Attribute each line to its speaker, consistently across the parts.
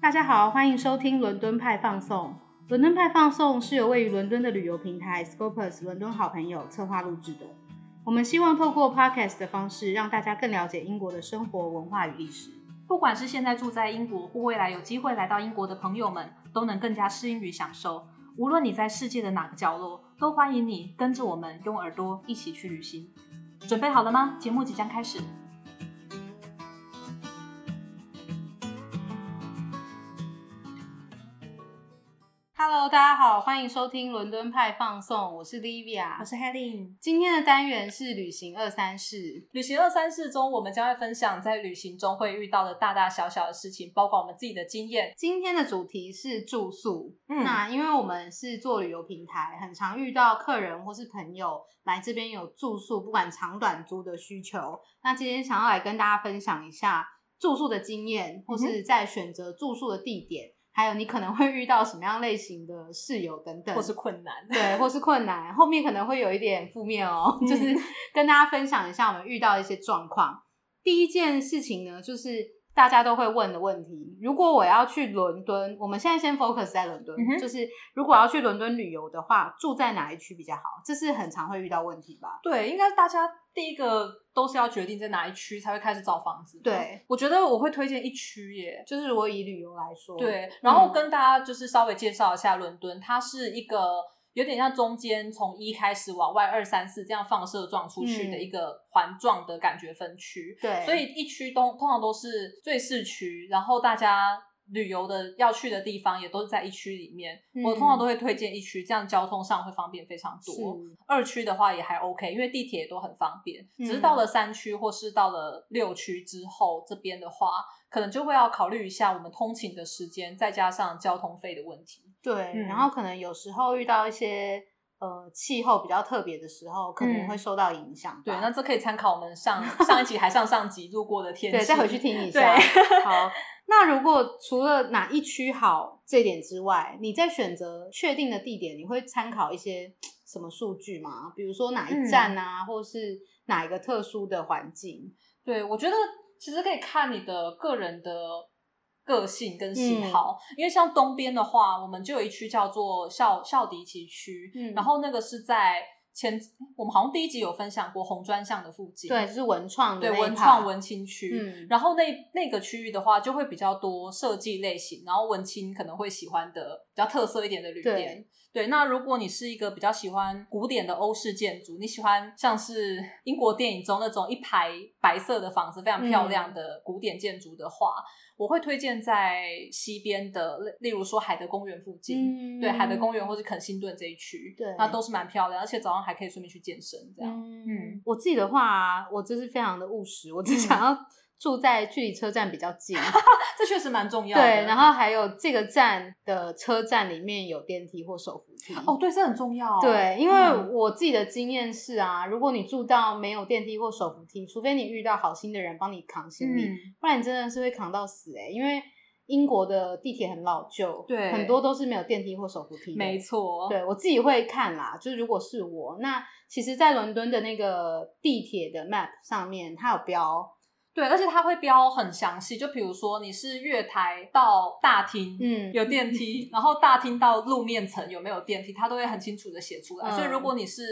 Speaker 1: 大家好，欢迎收听伦敦派放送。伦敦派放送是由位于伦敦的旅游平台 Scopus 伦敦好朋友策划录制的。我们希望透过 podcast 的方式，让大家更了解英国的生活文化与历史。
Speaker 2: 不管是现在住在英国或未来有机会来到英国的朋友们，都能更加适应与享受。无论你在世界的哪个角落，都欢迎你跟着我们用耳朵一起去旅行。准备好了吗？节目即将开始。
Speaker 1: Hello，大家好，欢迎收听伦敦派放送，我是 Livia。
Speaker 2: 是 Helen。
Speaker 1: 今天的单元是旅行二三事，
Speaker 2: 旅行二三事中，我们将会分享在旅行中会遇到的大大小小的事情，包括我们自己的经验。
Speaker 1: 今天的主题是住宿。
Speaker 2: 嗯
Speaker 1: 那因为我们是做旅游平台，很常遇到客人或是朋友来这边有住宿，不管长短租的需求。那今天想要来跟大家分享一下住宿的经验，
Speaker 2: 嗯
Speaker 1: 或是在选择住宿的地点，还有你可能会遇到什么样类型的室友等等，
Speaker 2: 或是困 难，
Speaker 1: 对，或是困难，后面可能会有一点负面哦，
Speaker 2: 嗯
Speaker 1: 就是跟大家分享一下我们遇到的一些状况。第一件事情呢，就是大家都会问的问题：如果我要去伦敦，我们现在先 focus 在伦敦，
Speaker 2: 嗯哼
Speaker 1: 就是如果要去伦敦旅游的话，住在哪一区比较好？这是很常会遇到问题吧？
Speaker 2: 对，应该大家第一个都是要决定在哪一区才会开始找房子。
Speaker 1: 对，
Speaker 2: 我觉得我会推荐一区耶。
Speaker 1: 就是如果以旅游来说，
Speaker 2: 对，然
Speaker 1: 嗯
Speaker 2: 后跟大家就是稍微介绍一下伦敦，它是一个有点像中间从一开始往外二三四这样放射状出去的
Speaker 1: 嗯
Speaker 2: 一个环状的感觉分区。
Speaker 1: 对，
Speaker 2: 所以一区都通常都是最市区，然后大家旅游的要去的地方也都是在一区里面。
Speaker 1: 嗯
Speaker 2: 我通常都会推荐一区，这样交通上会方便非常
Speaker 1: 是
Speaker 2: 多。二区的话也还 OK，因为地铁也都很方便。
Speaker 1: 嗯
Speaker 2: 只是到了三区或是到了六区之后，这边的话可能就会要考虑一下我们通勤的时间，再加上交通费的问题。
Speaker 1: 对，
Speaker 2: 嗯
Speaker 1: 然后可能有时候遇到一些呃气候比较特别的时候，可能
Speaker 2: 嗯
Speaker 1: 会受到影响吧。
Speaker 2: 对，那这可以参考我们上上一集还上上集路过 的天气，
Speaker 1: 对，再回去听一 下。好，那如果除了哪一区好这点之外，你在选择确定的地点，你会参考一些什么数据吗？比如说哪一
Speaker 2: 嗯
Speaker 1: 站啊，或是哪一个特殊的环境？
Speaker 2: 对，我觉得其实可以看你的个人的个性跟喜
Speaker 1: 嗯
Speaker 2: 好，因为像东边的话，我们就有一区叫做孝孝迪奇区，
Speaker 1: 嗯
Speaker 2: 然后那个是在前我们好像第一集有分享过红砖巷的附近，
Speaker 1: 对，就是文创的
Speaker 2: 对
Speaker 1: 那一
Speaker 2: 文
Speaker 1: 趴
Speaker 2: 创文青区。
Speaker 1: 嗯，
Speaker 2: 然后那那个区域的话，就会比较多设计类型，然后文青可能会喜欢的比较特色一点的旅
Speaker 1: 对
Speaker 2: 店。对，那如果你是一个比较喜欢古典的欧式建筑，你喜欢像是 英国电影中那种一排白色的房子，非常漂
Speaker 1: 嗯
Speaker 2: 亮的古典建筑的话，我会推荐在西边的，例例如说海德公园附近。
Speaker 1: 嗯
Speaker 2: 对海德公园或是肯辛顿这一区，
Speaker 1: 对
Speaker 2: 那都是蛮漂亮，而且早上还可以顺便去健身，这样。
Speaker 1: 嗯，我自己的话，我就是非常的务实，我只
Speaker 2: 嗯
Speaker 1: 想要住在距离车站比较 近。
Speaker 2: 这确实蛮重要的。
Speaker 1: 对，然后还有这个站的车站里面有电梯或手扶梯。
Speaker 2: 哦，对，这很重要。
Speaker 1: 对，因
Speaker 2: 嗯
Speaker 1: 为我自己的经验是啊，如果你住到没有电梯或手扶梯，除非你遇到好心的人帮你扛行李，
Speaker 2: 嗯，
Speaker 1: 不然你真的是会扛到死哎、欸。因为英国的地铁很老旧，
Speaker 2: 对
Speaker 1: 很多都是没有电梯或手扶梯的。
Speaker 2: 没错，
Speaker 1: 对我自己会看啦，就是如果是我，那其实，在伦敦的那个地铁的 map 上面，它有标，
Speaker 2: 对，而且它会标很详细，就比如说你是月台到大厅，
Speaker 1: 嗯
Speaker 2: 有电梯，然后大厅到路面层有没有电梯，它都会很清楚的写出
Speaker 1: 嗯
Speaker 2: 来。所以如果你是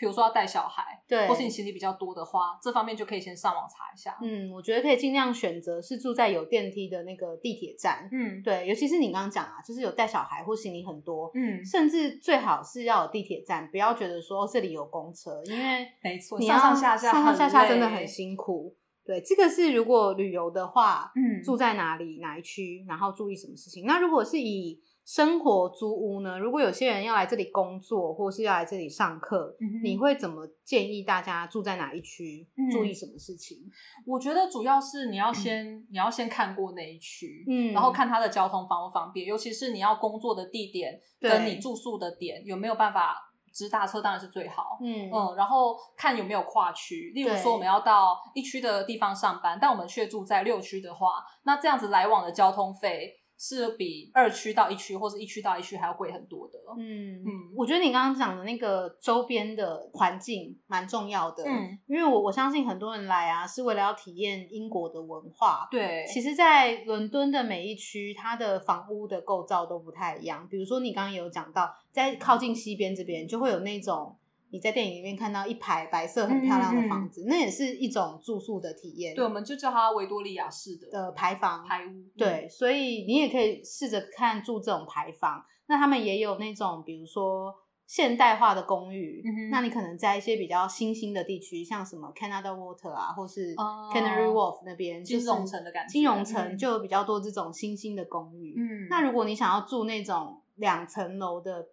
Speaker 2: 比如说要带小孩，
Speaker 1: 对，
Speaker 2: 或是你行李比较多的话，这方面就可以先上网查一下。
Speaker 1: 嗯，我觉得可以尽量选择是住在有电梯的那个地铁站。
Speaker 2: 嗯
Speaker 1: 对，尤其是你刚刚讲啊，就是有带小孩或行李很多，
Speaker 2: 嗯，
Speaker 1: 甚至最好是要有地铁站，不要觉得说、哦这里有公车，因为
Speaker 2: 没错，
Speaker 1: 你要
Speaker 2: 上上下下
Speaker 1: 上上下下真的
Speaker 2: 很
Speaker 1: 很
Speaker 2: 累。
Speaker 1: 辛苦。对，这个是如果旅游的话，
Speaker 2: 嗯，
Speaker 1: 住在哪里哪一区，然后注意什么事情。那如果是以生活租屋呢？如果有些人要来这里工作，或是要来这里上课，
Speaker 2: 嗯哼
Speaker 1: 你会怎么建议大家住在哪一区，
Speaker 2: 嗯
Speaker 1: 注意什么事情？
Speaker 2: 我觉得主要是你要先你要先看过那一区，
Speaker 1: 嗯
Speaker 2: 然后看它的交通方不方便，尤其是你要工作的地点
Speaker 1: 对
Speaker 2: 跟你住宿的点有没有办法直达车，当然是最好。
Speaker 1: 嗯
Speaker 2: 嗯，然后看有没有跨区，例如
Speaker 1: 对
Speaker 2: 说我们要到一区的地方上班，但我们却住在六区的话，那这样子来往的交通费是比二区到一区或是一区到一区还要贵很多的。
Speaker 1: 嗯
Speaker 2: 嗯
Speaker 1: 我觉得你刚刚讲的那个周边的环境蛮重要的，
Speaker 2: 嗯，
Speaker 1: 因为我我相信很多人来啊是为了要体验英国的文化。
Speaker 2: 对，
Speaker 1: 其实，在伦敦的每一区，它的房屋的构造都不太一样。比如说，你刚刚也有讲到，在靠近西边这边，就会有那种你在电影里面看到一排白色很漂亮的房子，那也是一种住宿的体验。
Speaker 2: 嗯对，我们就叫它维多利亚式的
Speaker 1: 的牌坊
Speaker 2: 排屋。
Speaker 1: 对，所以你也可以试着看住这种牌坊。那他们也有那种，比如说现代化的公寓，
Speaker 2: 嗯哼
Speaker 1: 那你可能在一些比较新兴的地区，像什么 Canada Water 啊，或是
Speaker 2: 哦
Speaker 1: Canary Wharf 那边，
Speaker 2: 嗯金
Speaker 1: 就是
Speaker 2: 融城的感觉
Speaker 1: 金融城
Speaker 2: 嗯
Speaker 1: 就有比较多这种新兴的公寓。
Speaker 2: 嗯，
Speaker 1: 那如果你想要住那种两层楼的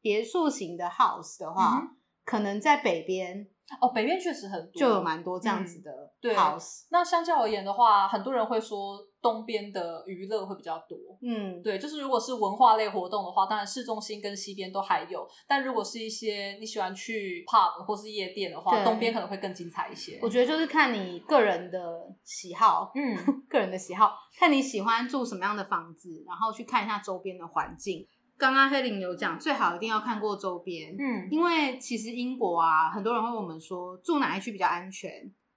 Speaker 1: 别墅型的 house 的话，
Speaker 2: 嗯
Speaker 1: 可能在北边
Speaker 2: 哦，北边确实很多，
Speaker 1: 就有蛮多这样子
Speaker 2: 嗯
Speaker 1: 的
Speaker 2: 对
Speaker 1: house。
Speaker 2: 那相较而言的话，很多人会说东边的娱乐会比较多。
Speaker 1: 嗯，
Speaker 2: 对，就是如果是文化类活动的话，当然市中心跟西边都还有，但如果是一些你喜欢去 pub 或是夜店的话，
Speaker 1: 对
Speaker 2: 东边可能会更精彩一些。
Speaker 1: 我觉得就是看你个人的喜好，
Speaker 2: 嗯，
Speaker 1: 个人的喜好，看你喜欢住什么样的房子，然后去看一下周边的环境。刚刚黑玲有讲，最好一定要看过周边，
Speaker 2: 嗯，
Speaker 1: 因为其实英国啊，很多人会问我们说住哪一区比较安全。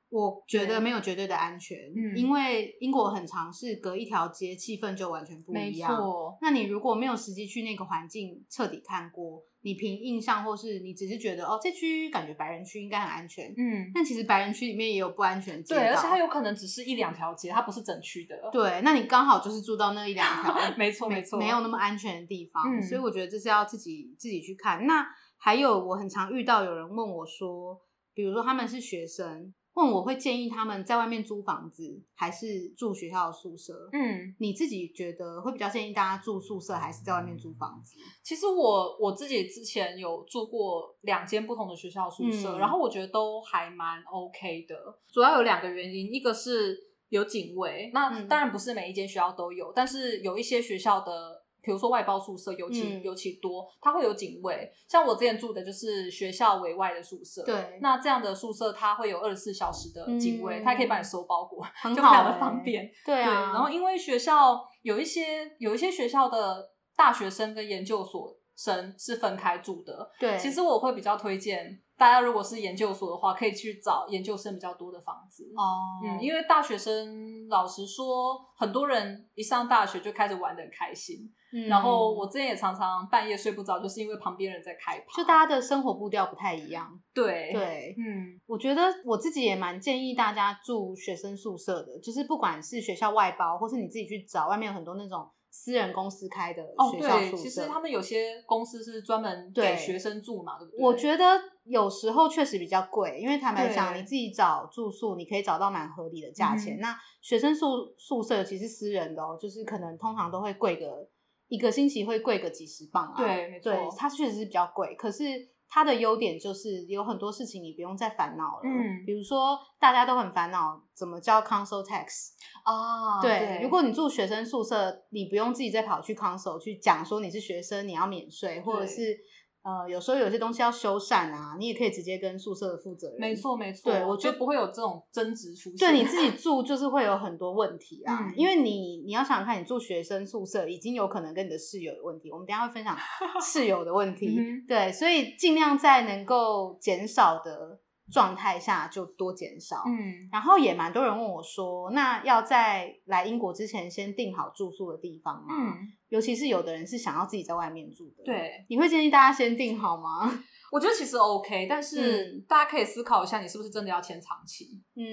Speaker 1: 我觉得
Speaker 2: 对
Speaker 1: 没有绝对的安全，
Speaker 2: 嗯
Speaker 1: 因为英国很常是隔一条街，气氛就完全不
Speaker 2: 没
Speaker 1: 一样。
Speaker 2: 错，
Speaker 1: 那你如果没有实际去那个环境彻底看过，你凭印象或是你只是觉得哦，这区感觉白人区应该很安全，
Speaker 2: 嗯，
Speaker 1: 但其实白人区里面也有不安全街道，
Speaker 2: 对，而且它有可能只是一两条街，它不是整区的。
Speaker 1: 对，那你刚好就是住到那一两条
Speaker 2: 没错，
Speaker 1: 没
Speaker 2: 错，
Speaker 1: 没有那么安全的地方，
Speaker 2: 嗯
Speaker 1: 所以我觉得这是要自己自己去看。那还有我很常遇到有人问我说，比如说他们是学生，问我会建议他们在外面租房子还是住学校的宿舍。
Speaker 2: 嗯，
Speaker 1: 你自己觉得会比较建议大家住宿舍还是在外面租房子？
Speaker 2: 其实我我自己之前有住过两间不同的学校宿舍，
Speaker 1: 嗯
Speaker 2: 然后我觉得都还蛮 OK 的。主要有两个原因，一个是有警卫，那
Speaker 1: 嗯
Speaker 2: 当然不是每一间学校都有，但是有一些学校的。比如说外包宿舍尤其、
Speaker 1: 嗯
Speaker 2: 尤其多，它会有警卫。像我之前住的就是学校委外的宿舍，，
Speaker 1: 对，
Speaker 2: 那这样的宿舍它会有二十四小时的警卫，
Speaker 1: 嗯
Speaker 2: 它可以帮你收包裹，
Speaker 1: 很
Speaker 2: 就非
Speaker 1: 好、
Speaker 2: 常的方。便。
Speaker 1: 对啊，
Speaker 2: 对，然后因为学校有一些有一些学校的大学生跟研究所生是分开住的，
Speaker 1: 对，
Speaker 2: 其实我会比较推荐大家，如果是研究所的话，可以去找研究生比较多的房子。
Speaker 1: 哦，
Speaker 2: 嗯，因为大学生老实说，很多人一上大学就开始玩的很开心。
Speaker 1: 为
Speaker 2: 然后我之前也常常半夜睡不着，就是因为旁边人在开趴。
Speaker 1: 嗯就大家的生活步调不太一样，
Speaker 2: 对，
Speaker 1: 对，
Speaker 2: 嗯
Speaker 1: 我觉得我自己也蛮建议大家住学生宿舍的，就是不管是学校外包，或是你自己去找，外面有很多那种私人公司开的
Speaker 2: 哦
Speaker 1: 学校
Speaker 2: 对，
Speaker 1: 宿
Speaker 2: 其
Speaker 1: 舍。
Speaker 2: 实他们有些公司是专门给
Speaker 1: 对
Speaker 2: 学生住嘛，对不对？
Speaker 1: 我觉得有时候确实比较贵，因为坦白讲，
Speaker 2: 对嗯
Speaker 1: 你自己找住宿，你可以找到蛮合理的价钱。那学生宿宿舍其实私人的哦，就是可能通常都会贵个一个星期会贵个几十磅啊。
Speaker 2: 对，没错，
Speaker 1: 对，它确实是比较贵，可是它的优点就是有很多事情你不用再烦恼了。
Speaker 2: 嗯
Speaker 1: 比如说大家都很烦恼怎么交 council tax，、
Speaker 2: 啊，
Speaker 1: 哦对，如果你住学生宿舍，你不用自己再跑去 council 去讲说你是学生，你要免税，或者
Speaker 2: 对
Speaker 1: 是呃，有时候有些东西要修缮啊，你也可以直接跟宿舍的负责人。
Speaker 2: 没。错，没错，
Speaker 1: 对我
Speaker 2: 就
Speaker 1: 觉得
Speaker 2: 不会有这种争执出现。
Speaker 1: 对你 自己住就是会有很多问题啦，
Speaker 2: 嗯
Speaker 1: 因为你你要想想看，你住学生宿舍已经有可能跟你的室友有问题，我们等一下会分 享室友的问题，
Speaker 2: 嗯哼
Speaker 1: 对，所以尽量在能够减少的状态下就多减少，
Speaker 2: 嗯，
Speaker 1: 然后也蛮多人问我说，那要在来英国之前先定好住宿的地方吗？
Speaker 2: 嗯，
Speaker 1: 尤其是有的人是想要自己在外面住的，，
Speaker 2: 对，
Speaker 1: 你会建议大家先定好吗？
Speaker 2: 我觉得其实 OK，但是
Speaker 1: 嗯
Speaker 2: 大家可以思考一下，你是不是真的要签长期？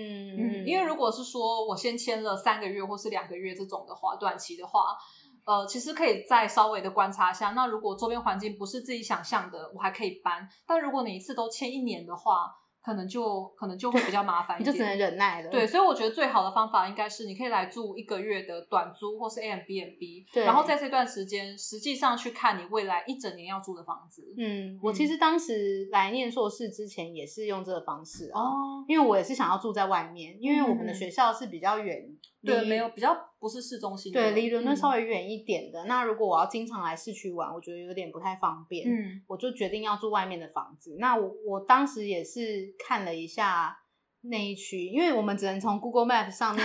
Speaker 1: 嗯
Speaker 2: 因为如果是说我先签了三个月或是两个月这种的话，短期的话。呃，其实可以再稍微的观察一下。那如果周边环境不是自己想象的，我还可以搬。但如果你一次都签一年的话，可能就可能就会比较麻烦一
Speaker 1: 你就
Speaker 2: 点。
Speaker 1: 只能忍耐了，
Speaker 2: 对，所以我觉得最好的方法应该是，你可以来住一个月的短租或是 a m b n b
Speaker 1: 对
Speaker 2: 然后在这段时间实际上去看你未来一整年要住的房子。
Speaker 1: 嗯，我
Speaker 2: 嗯
Speaker 1: 其实当时来念硕士之前也是用这个方式啊，
Speaker 2: 哦，
Speaker 1: 因为我也是想要住在外面，因为我们的
Speaker 2: 嗯
Speaker 1: 学校是比较远，
Speaker 2: 对，
Speaker 1: 离
Speaker 2: 没有比较不是市中心的，
Speaker 1: 对离伦敦
Speaker 2: 嗯
Speaker 1: 稍微远一点的。那如果我要经常来市区玩，我觉得有点不太方便，
Speaker 2: 嗯
Speaker 1: 我就决定要住外面的房子。那我我当时也是看了一下那一区，因为我们只能从 Google Map 上 面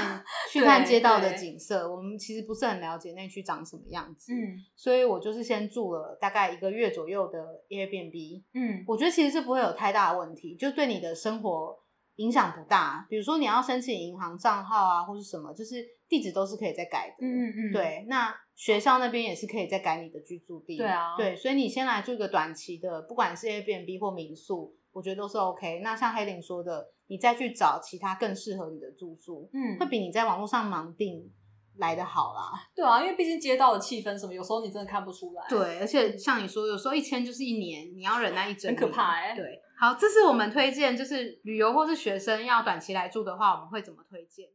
Speaker 1: 去看街道的景色，我们其实不是很了解那区长什么样子，
Speaker 2: 嗯
Speaker 1: 所以我就是先住了大概一个月左右的 Airbnb，
Speaker 2: 嗯
Speaker 1: 我觉得其实是不会有太大的问题，就对你的生活影响不大。比如说你要申请银行账号啊，或是什么，就是地址都是可以再改的。
Speaker 2: 嗯嗯，，
Speaker 1: 对，那学校那边也是可以再改你的居住地。
Speaker 2: 对啊
Speaker 1: 对，所以你先来住一个短期的，不管是 Airbnb 或民宿，我觉得都是 OK。那像黑玲说的，你再去找其他更适合你的住宿，
Speaker 2: 嗯
Speaker 1: 会，比你在网络上盲订来的好啦。
Speaker 2: 对啊，因为毕竟街道的气氛什么，有时候你真的看不出来。
Speaker 1: 对，而且像你说，有时候一签就是一年，你要忍耐一整
Speaker 2: 很
Speaker 1: 年，
Speaker 2: 可怕欸
Speaker 1: 对，好，这是我们推荐，就是旅游或是学生要短期来住的话，我们会怎么推荐？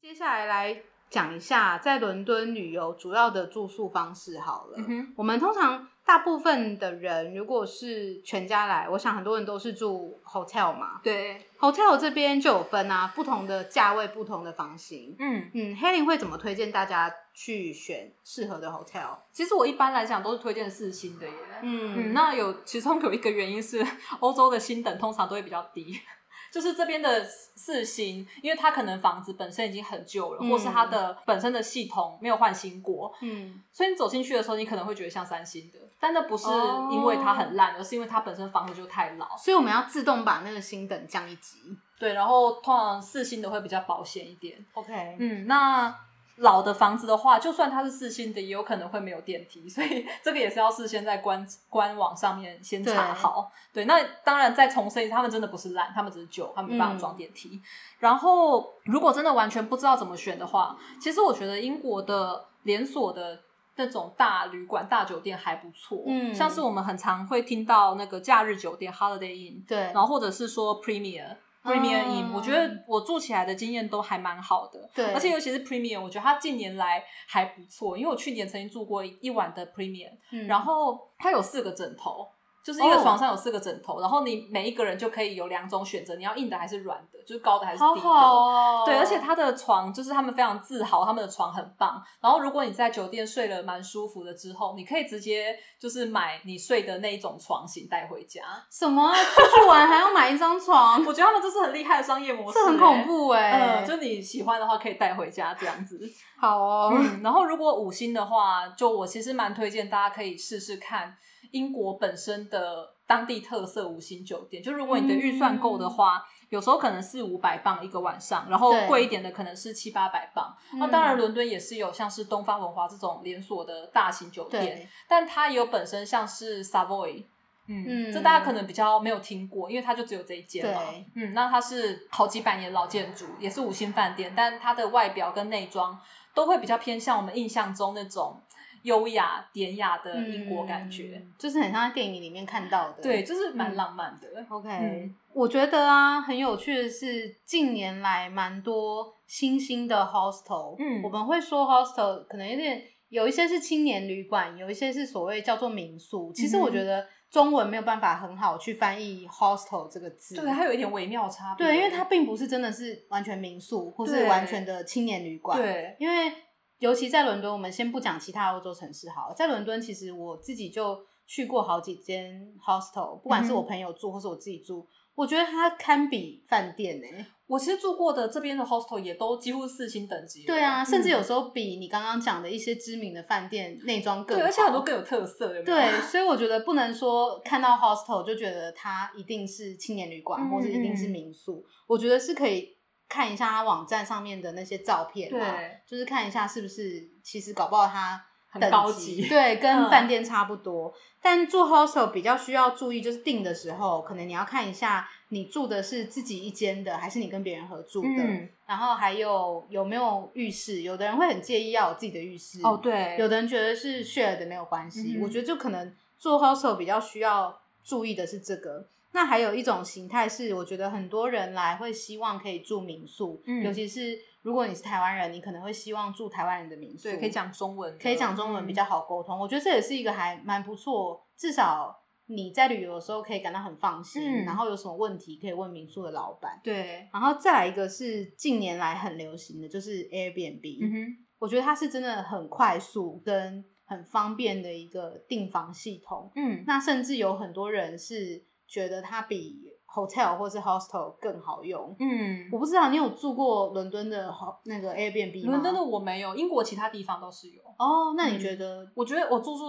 Speaker 1: 接下来来讲一下在伦敦旅游主要的住宿方式好了。
Speaker 2: 嗯哼，
Speaker 1: 我们通常大部分的人如果是全家来，我想很多人都是住 hotel 嘛。
Speaker 2: 对，
Speaker 1: hotel 这边就有分啊，不同的价位、不同的房型。
Speaker 2: 嗯，
Speaker 1: 嗯，黑林会怎么推荐大家去选适合的 hotel？
Speaker 2: 其实我一般来讲都是推荐四星的耶。
Speaker 1: 嗯
Speaker 2: 嗯，那有其中有一个原因是欧洲的薪等通常都会比较低， 就是这边的四星，因为它可能房子本身已经很旧了，
Speaker 1: 嗯
Speaker 2: 或是它的本身的系统没有换新过，
Speaker 1: 嗯
Speaker 2: 所以你走进去的时候，你可能会觉得像三星的，但那不是因为它很烂，而是因为它本身房子就太老。
Speaker 1: 所以我们要自动把那个星等降一级。
Speaker 2: 对，然后通常四星的会比较保险一点。
Speaker 1: OK，
Speaker 2: 嗯，那老的房子的话，就算它是四星的，也有可能会没有电梯，所以 这个也是要事先在官官网上面先查好。对，那当然再重申一次，他们真的不是烂，他们只是旧，他们没办法装电梯。然后，如果真的完全不知道怎么选的话，其实我觉得英国的连锁的。那种大旅馆、大酒店还不错，
Speaker 1: 嗯
Speaker 2: 像是我们很常会听到那个假日酒店 Holiday Inn，
Speaker 1: 对，
Speaker 2: 然后或者是说 Premier Premier
Speaker 1: 哦
Speaker 2: Inn，、我觉得我住起来的经验都还蛮好的。
Speaker 1: 对，
Speaker 2: 而且尤其是 Premier，我觉得它近年来还不错，因为我去年曾经住过一晚的 Premier，、
Speaker 1: 嗯
Speaker 2: 然后它有四个枕头，就是一个
Speaker 1: 哦
Speaker 2: 床上有四个枕头，然后你每一个人就可以有两种选择，你要硬的还是软的，就是高的还是
Speaker 1: 好
Speaker 2: 低的。
Speaker 1: 好哦，
Speaker 2: 对，而且他的床就是他们非常自豪，他们的床很棒。然后如果你在酒店睡了蛮舒服的之后，你可以直接就是买你睡的那一种床型带回家。
Speaker 1: 什么啊出去玩还要买一张 床，
Speaker 2: 我觉得他们这是很厉害的商业模式、
Speaker 1: 这很恐。怖哎、
Speaker 2: 嗯，就你喜欢的话可以带回家 这样子。
Speaker 1: 好哦，
Speaker 2: 嗯，然后如果五星的话，就我其实蛮推荐大家可以试试看英国本身的当地特色五星酒店。就如果你的预算够的话，有时候可能四五百磅一个晚上，然后
Speaker 1: 嗯对
Speaker 2: 贵一点的可能是七八百磅。那、
Speaker 1: 嗯
Speaker 2: 哦当然，伦敦也是有像是东方文华这种连锁的大型酒店，
Speaker 1: 对，
Speaker 2: 但它也有本身像是 Savoy。嗯，
Speaker 1: 嗯
Speaker 2: 这大家可能比较没有听过，因为它就只有这一间嘛
Speaker 1: 对。
Speaker 2: 嗯，那它是好几百年老建筑，也是五星饭店，但它的外表跟内装都会比较偏向我们印象中那种优雅、典雅的英国感觉。
Speaker 1: 嗯就是很像在电影里面看到的，
Speaker 2: 对，就是蛮浪漫的。
Speaker 1: OK，、
Speaker 2: 嗯
Speaker 1: 我觉得啊，很有趣的是，近年来蛮多新兴的 hostel，
Speaker 2: 嗯
Speaker 1: 我们会说 hostel 可能有点有一些是青年旅馆，有一些是所谓叫做民宿。其实
Speaker 2: 嗯哼
Speaker 1: 我觉得中文没有办法很好去翻译 hostel 这个字，
Speaker 2: 对，它有一点微妙差别。
Speaker 1: 对，因为它并不是真的是完全民宿或是
Speaker 2: 对
Speaker 1: 完全的青年旅馆，
Speaker 2: 对，
Speaker 1: 因为尤其在伦敦，我们先不讲其他欧洲城市好了，在伦敦其实我自己就去过好几间 hostel，不管
Speaker 2: 嗯
Speaker 1: 是我朋友住或是我自己住，我觉得它堪比饭店呢、
Speaker 2: 我其实住过的这边的 hostel 也都几乎是四星等级了。
Speaker 1: 对啊，甚至有
Speaker 2: 嗯
Speaker 1: 时候比你刚刚讲的一些知名的饭店内装更
Speaker 2: 对，而且很多
Speaker 1: 好
Speaker 2: 更有特色，有没有？
Speaker 1: 对，所以我觉得不能说看到 hostel 就觉得它一定是青年旅馆、
Speaker 2: 嗯
Speaker 1: 或者一定是民宿，我觉得是可以看一下它网站上面的那些照片啊，
Speaker 2: 对，
Speaker 1: 就是看一下是不是其实搞不好它
Speaker 2: 很
Speaker 1: 等
Speaker 2: 高
Speaker 1: 级
Speaker 2: 级
Speaker 1: 对，跟
Speaker 2: 嗯
Speaker 1: 饭店差不多。但住 hostel 比较需要注意，就是订的时候，可能你要看一下你住的是自己一间的，还是你跟别人合住的，
Speaker 2: 嗯，
Speaker 1: 然后还有有没有浴室，有的人会很介意要有自己的浴室
Speaker 2: 哦，对，
Speaker 1: 有的人觉得是 share 的没有关系，
Speaker 2: 嗯哼
Speaker 1: 我觉得就可能做 hostel 比较需要注意的是这个。那还有一种形态是，我觉得很多人来会希望可以住民宿，
Speaker 2: 嗯
Speaker 1: 尤其是如果你是台湾人，你可能会希望住台湾人的民宿，
Speaker 2: 对，可以讲中文的，嗯
Speaker 1: 可以讲中文比较好沟通。我觉得这也是一个还蛮不错，至少你在旅游的时候可以感到很放心，
Speaker 2: 嗯
Speaker 1: 然后有什么问题可以问民宿的老板。
Speaker 2: 对，
Speaker 1: 然后再来一个是近
Speaker 2: 嗯
Speaker 1: 年来很流行的，就是 Airbnb，、
Speaker 2: 嗯哼，
Speaker 1: 我觉得它是真的很快速跟很方便的一个订房系统。
Speaker 2: 嗯，
Speaker 1: 那甚至有很多人是觉得它比 hotel 或是 hostel 更好用。
Speaker 2: 嗯
Speaker 1: 我，不知道你有住过伦敦的好那个 Airbnb 吗？
Speaker 2: 伦敦的我没有，英国其他地方倒是有。
Speaker 1: 哦，那你
Speaker 2: 嗯
Speaker 1: 觉得、
Speaker 2: 我觉得我住宿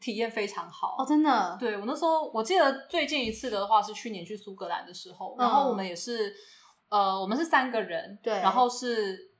Speaker 2: 体验非常好。
Speaker 1: 哦，真的
Speaker 2: 对我那时候，我记得最近一次的话是去年去苏格兰的时候，
Speaker 1: 嗯
Speaker 2: 然后我们也是，呃，我们是三个人，
Speaker 1: 对
Speaker 2: 然后是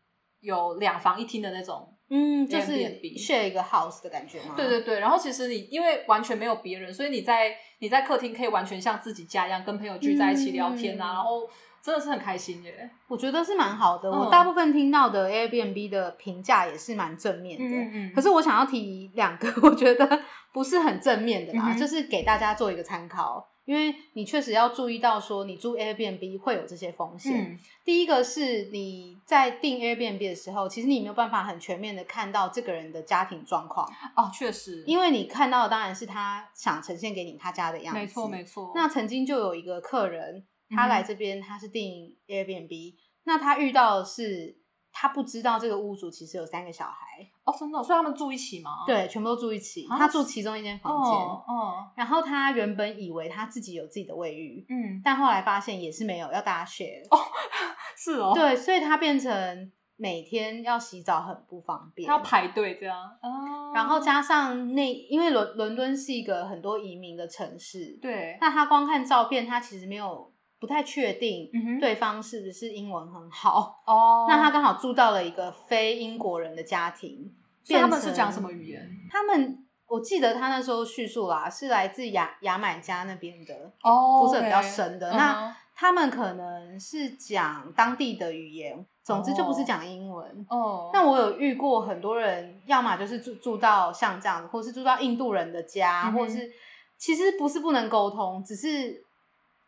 Speaker 2: 有两房一厅的那种，
Speaker 1: 嗯，就是
Speaker 2: Airbnb
Speaker 1: share 一个 house 的感觉吗？
Speaker 2: 对对对。然后其实你因为完全没有别人，所以你在你在客厅可以完全像自己家一样，跟朋友聚在一起聊天啊，
Speaker 1: 嗯
Speaker 2: 然后真的是很开心耶。
Speaker 1: 我觉得是蛮好的。我
Speaker 2: 嗯
Speaker 1: 大部分听到的 Airbnb 的评价也是蛮正面的。
Speaker 2: 嗯
Speaker 1: 可
Speaker 2: 是
Speaker 1: 是我想要提两个， 我觉得不是很正面的啦，
Speaker 2: 嗯哼
Speaker 1: 就是给大家做一个参考，因为你确实要注意到说你住 Airbnb 会有这些风险。
Speaker 2: 嗯
Speaker 1: 第一个是你在订 Airbnb 的时候，其实你没有办法很全面的看到这个人的家庭状况，
Speaker 2: 哦，确实，
Speaker 1: 因为
Speaker 2: 为
Speaker 1: 你看到的当然是他想呈现给你他家的样子。
Speaker 2: 没错没错。
Speaker 1: 那曾经就有一个客人，
Speaker 2: 嗯
Speaker 1: 他来这边，他是订 Airbnb，、那他遇到的是他不知道这个屋主其实有三个小孩，
Speaker 2: 哦，真的哦，所以他们住一起吗？，
Speaker 1: 对，全部都住一起，
Speaker 2: 哦啊
Speaker 1: 他住其中一间房间。
Speaker 2: 哦哦，
Speaker 1: 然后他原本以为他自己有自己的卫浴，
Speaker 2: 嗯，
Speaker 1: 但后来发现也是没有，要大家 share。
Speaker 2: 是哦，
Speaker 1: 对，所以他变成每天要洗澡很不方便，
Speaker 2: 他要排队这样，哦，
Speaker 1: 然后加上那，因为伦伦敦是一个很多移民的城市，
Speaker 2: 对，
Speaker 1: 那他光看照片，他其实没有不太确定
Speaker 2: 嗯哼，
Speaker 1: 对方是不是英文很好。
Speaker 2: 哦，
Speaker 1: 那他刚好住到了一个非英国人的家庭，
Speaker 2: 所以他们
Speaker 1: 变成
Speaker 2: 是讲什么语言？
Speaker 1: 他们我记得他那时候叙述啦，是来自牙牙买加那边的，
Speaker 2: 哦
Speaker 1: 肤色比较深的。那
Speaker 2: 那
Speaker 1: 他们可能是讲当地的语言，总之就不是讲英文。
Speaker 2: 哦，
Speaker 1: 那我有遇过很多人，要么就是住住到像这样子，或是住到印度人的家，
Speaker 2: 嗯哼
Speaker 1: 或者是其实不是不能沟通，只是